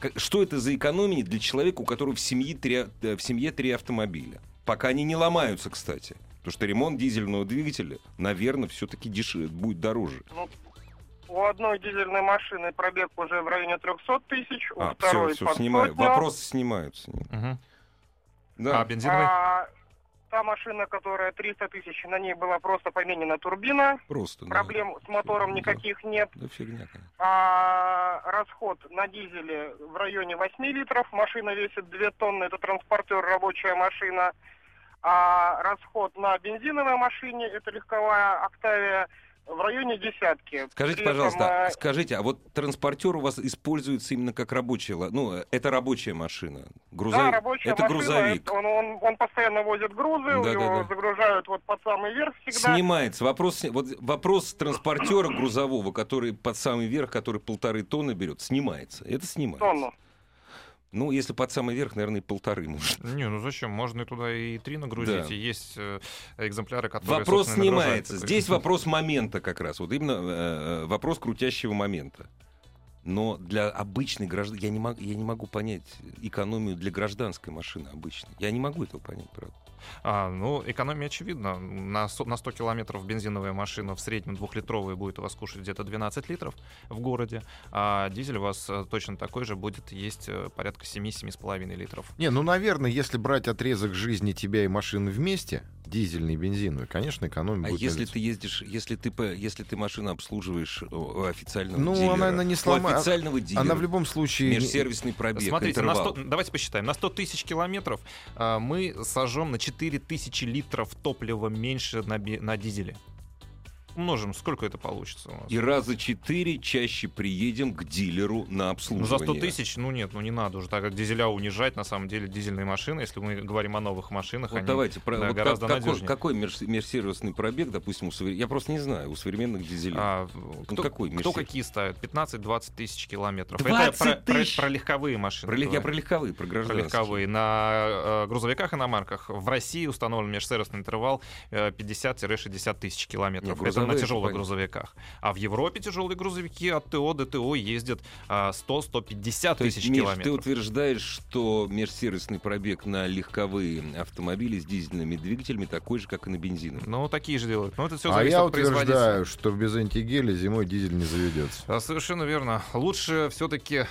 Speaker 1: Как- Что это за экономия для человека, у которого в семье три, э, в семье три автомобиля? Пока они не ломаются, кстати. Потому что ремонт дизельного двигателя, наверное, все-таки дешевле, будет дороже.
Speaker 8: Ну, у одной дизельной машины пробег уже в районе 300 тысяч, у
Speaker 1: а, все,
Speaker 8: второй под
Speaker 1: снимаю.
Speaker 8: сотню.
Speaker 1: Вопросы снимаются.
Speaker 3: Мгм.
Speaker 1: Да.
Speaker 3: А бензиновый?
Speaker 8: А, та машина, которая 300 тысяч, на ней была просто поменена турбина,
Speaker 1: Просто. да.
Speaker 8: проблем с мотором никаких нет.
Speaker 1: Да фигня, конечно.
Speaker 8: А расход на дизеле в районе 8 литров, машина весит 2 тонны, это транспортер, рабочая машина. А расход на бензиновой машине, это легковая «Октавия», в районе десятки.
Speaker 1: Скажите,
Speaker 8: При этом,
Speaker 1: пожалуйста,
Speaker 8: э,
Speaker 1: скажите, а вот транспортер у вас используется именно как рабочая, ла- ну, э, это рабочая машина, грузовик,
Speaker 8: Да, рабочая
Speaker 1: это
Speaker 8: машина,
Speaker 1: грузовик,
Speaker 8: это- Он, он- он постоянно возит грузы,
Speaker 1: Да-да-да.
Speaker 8: его загружают вот под самый верх всегда.
Speaker 1: снимается. Вопрос, сни- вот вопрос транспортера грузового, который под самый верх, который полторы тонны берет, снимается. Это снимается.
Speaker 8: Тонну.
Speaker 1: Ну, если под самый верх, наверное, и полторы может.
Speaker 3: Не, ну зачем? Можно и туда и три нагрузить,
Speaker 1: Да.
Speaker 3: и есть э, экземпляры, которые...
Speaker 1: вопрос
Speaker 3: собственно, и нагружают
Speaker 1: снимается.
Speaker 3: это.
Speaker 1: Здесь вопрос момента как раз. Вот именно э, э, вопрос крутящего момента. Но для обычной граждан... Я не, могу, я не могу понять экономию для гражданской машины обычной. Я не могу этого понять, правда.
Speaker 3: А, ну, экономия очевидна. На, со- на 100 километров бензиновая машина в среднем двухлитровая будет у вас кушать где-то 12 литров в городе, а дизель у вас э, точно такой же будет есть э, порядка 7-7,5 литров.
Speaker 2: Не, ну наверное, если брать отрезок жизни тебя и машин вместе, дизельный, бензиновый, конечно, экономия
Speaker 1: А
Speaker 2: будет
Speaker 1: если
Speaker 2: налицо.
Speaker 1: ты ездишь, если ты, по- если ты машину обслуживаешь э, у официального
Speaker 2: Ну,
Speaker 1: дилера,
Speaker 2: она, она не
Speaker 1: у
Speaker 2: слома-
Speaker 1: официального дилера,
Speaker 2: Она в любом случае...
Speaker 1: межсервисный пробег,
Speaker 3: Смотрите, на
Speaker 1: интервал.
Speaker 3: 100 давайте посчитаем. На 100 тысяч километров а, мы сожжем на 4 тысячи литров топлива меньше на, би- на дизеле. Умножим, сколько это получится у нас?
Speaker 1: И раза четыре чаще приедем к дилеру на
Speaker 3: Ну,
Speaker 1: обслуживание.
Speaker 3: за 100 тысяч, ну нет, ну не надо уже, так как дизеля унижать, на самом деле, дизельные машины, если мы говорим о новых машинах,
Speaker 1: Вот
Speaker 3: они...
Speaker 1: давайте, про-
Speaker 3: да,
Speaker 1: вот
Speaker 3: гораздо
Speaker 1: как- какой,
Speaker 3: надежнее.
Speaker 1: какой меж- межсервисный пробег, допустим, у совре- я просто не знаю, у современных дизелей.
Speaker 3: А,
Speaker 1: Ну,
Speaker 3: в- кто,
Speaker 1: какой
Speaker 3: кто
Speaker 1: Мерседес?
Speaker 3: какие ставят? 15-20 тысяч километров.
Speaker 1: 20
Speaker 3: это про, про-
Speaker 1: тысяч?
Speaker 3: про легковые машины.
Speaker 1: Про лег- я
Speaker 3: говорю.
Speaker 1: про легковые, про
Speaker 3: Про
Speaker 1: гражданские.
Speaker 3: легковые. На э, грузовиках и на марках в России установлен межсервисный интервал э, 50-60 тысяч
Speaker 1: Не,
Speaker 3: километров. Это
Speaker 1: грузовые,
Speaker 3: на
Speaker 1: это
Speaker 3: тяжелых
Speaker 1: понятно.
Speaker 3: грузовиках. А в Европе тяжелые грузовики от ТО до ТО ездят э, 100-150
Speaker 1: То есть,
Speaker 3: тысяч
Speaker 1: Миш, ты
Speaker 3: километров.
Speaker 1: утверждаешь, что межсервисный пробег на легковые автомобили с дизельными двигателями такой же, как и на бензиновых?
Speaker 3: Ну, такие же делают. Но это все
Speaker 2: а
Speaker 3: зависит
Speaker 2: я
Speaker 3: от производителя.
Speaker 2: утверждаю, что без антигеля зимой дизель не заведется.
Speaker 3: Да, Совершенно верно. Лучше все-таки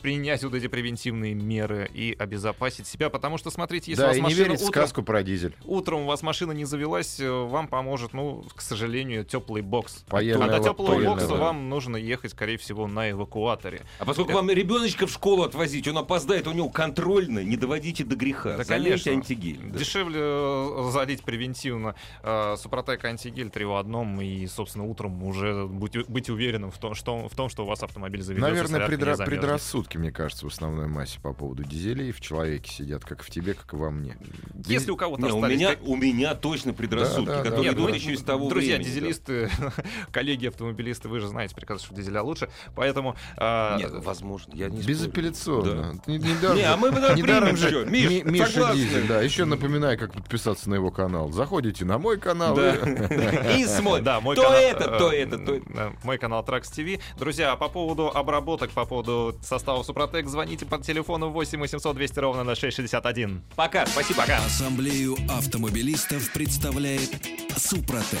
Speaker 3: принять вот эти превентивные меры и обезопасить себя, потому что, смотрите, если у
Speaker 2: да,
Speaker 3: вас
Speaker 2: и не
Speaker 3: машина
Speaker 2: верить в
Speaker 3: утром-
Speaker 2: сказку про дизель.
Speaker 3: утром у вас машина не завелась, э, вам поможет, ну, к сожалению, теплый бокс.
Speaker 2: Поездная
Speaker 3: а до
Speaker 2: лапта,
Speaker 3: теплого
Speaker 2: поездная
Speaker 3: бокса
Speaker 2: лапта.
Speaker 3: вам нужно ехать, скорее всего, на эвакуаторе.
Speaker 1: А поскольку вам ребеночка в школу отвозить, он опоздает, у него контрольно, не доводите до греха.
Speaker 3: Да,
Speaker 1: Залейте
Speaker 3: конечно.
Speaker 1: антигель. Да.
Speaker 3: Дешевле э, залить превентивно э, Супротек антигель 3 в одном и, собственно, утром уже будь- быть, уверенным в том, что, в том, что у вас автомобиль заведется.
Speaker 2: Наверное,
Speaker 3: зарядка не
Speaker 2: предра-
Speaker 3: замерзнет.
Speaker 2: предрассудки, мне кажется, в основной массе по поводу дизелей в человеке сидят, как в тебе, как и во мне.
Speaker 3: Если у кого-то
Speaker 1: Не, у,
Speaker 3: остались
Speaker 1: меня,
Speaker 3: так-
Speaker 1: у меня точно предрассудки,
Speaker 2: Да, да, да.
Speaker 1: которые
Speaker 3: Нет,
Speaker 1: идут
Speaker 3: мы-
Speaker 1: еще из того
Speaker 3: друзья,
Speaker 1: времени.
Speaker 3: дизелисты, [LAUGHS] коллеги автомобилисты, вы же знаете прекрасно, что дизеля лучше, поэтому
Speaker 1: Да.
Speaker 3: э,
Speaker 1: Нет, возможно, я не спорю. Да.
Speaker 2: Безапелляционно. Не- недаром
Speaker 1: Не,
Speaker 2: же-
Speaker 1: а мы бы даже
Speaker 2: недаром
Speaker 1: примем
Speaker 2: же
Speaker 1: чё. Миш,
Speaker 2: Ми- Миша
Speaker 1: согласны.
Speaker 2: Дизель, да. Еще напоминаю, как подписаться на его канал. Заходите на мой канал. и-
Speaker 1: Да. [LAUGHS] И смотрим.
Speaker 3: Да, мой
Speaker 1: то
Speaker 3: канал,
Speaker 1: это,
Speaker 3: э,
Speaker 1: то это, то это.
Speaker 3: да, Мой канал Trax TV. Друзья, а по поводу обработок, по поводу состава Супротек, звоните по телефону 8 800 200 ровно на 661.
Speaker 1: Пока, спасибо, пока.
Speaker 4: Ассамблею автомобилистов представляет Супротек.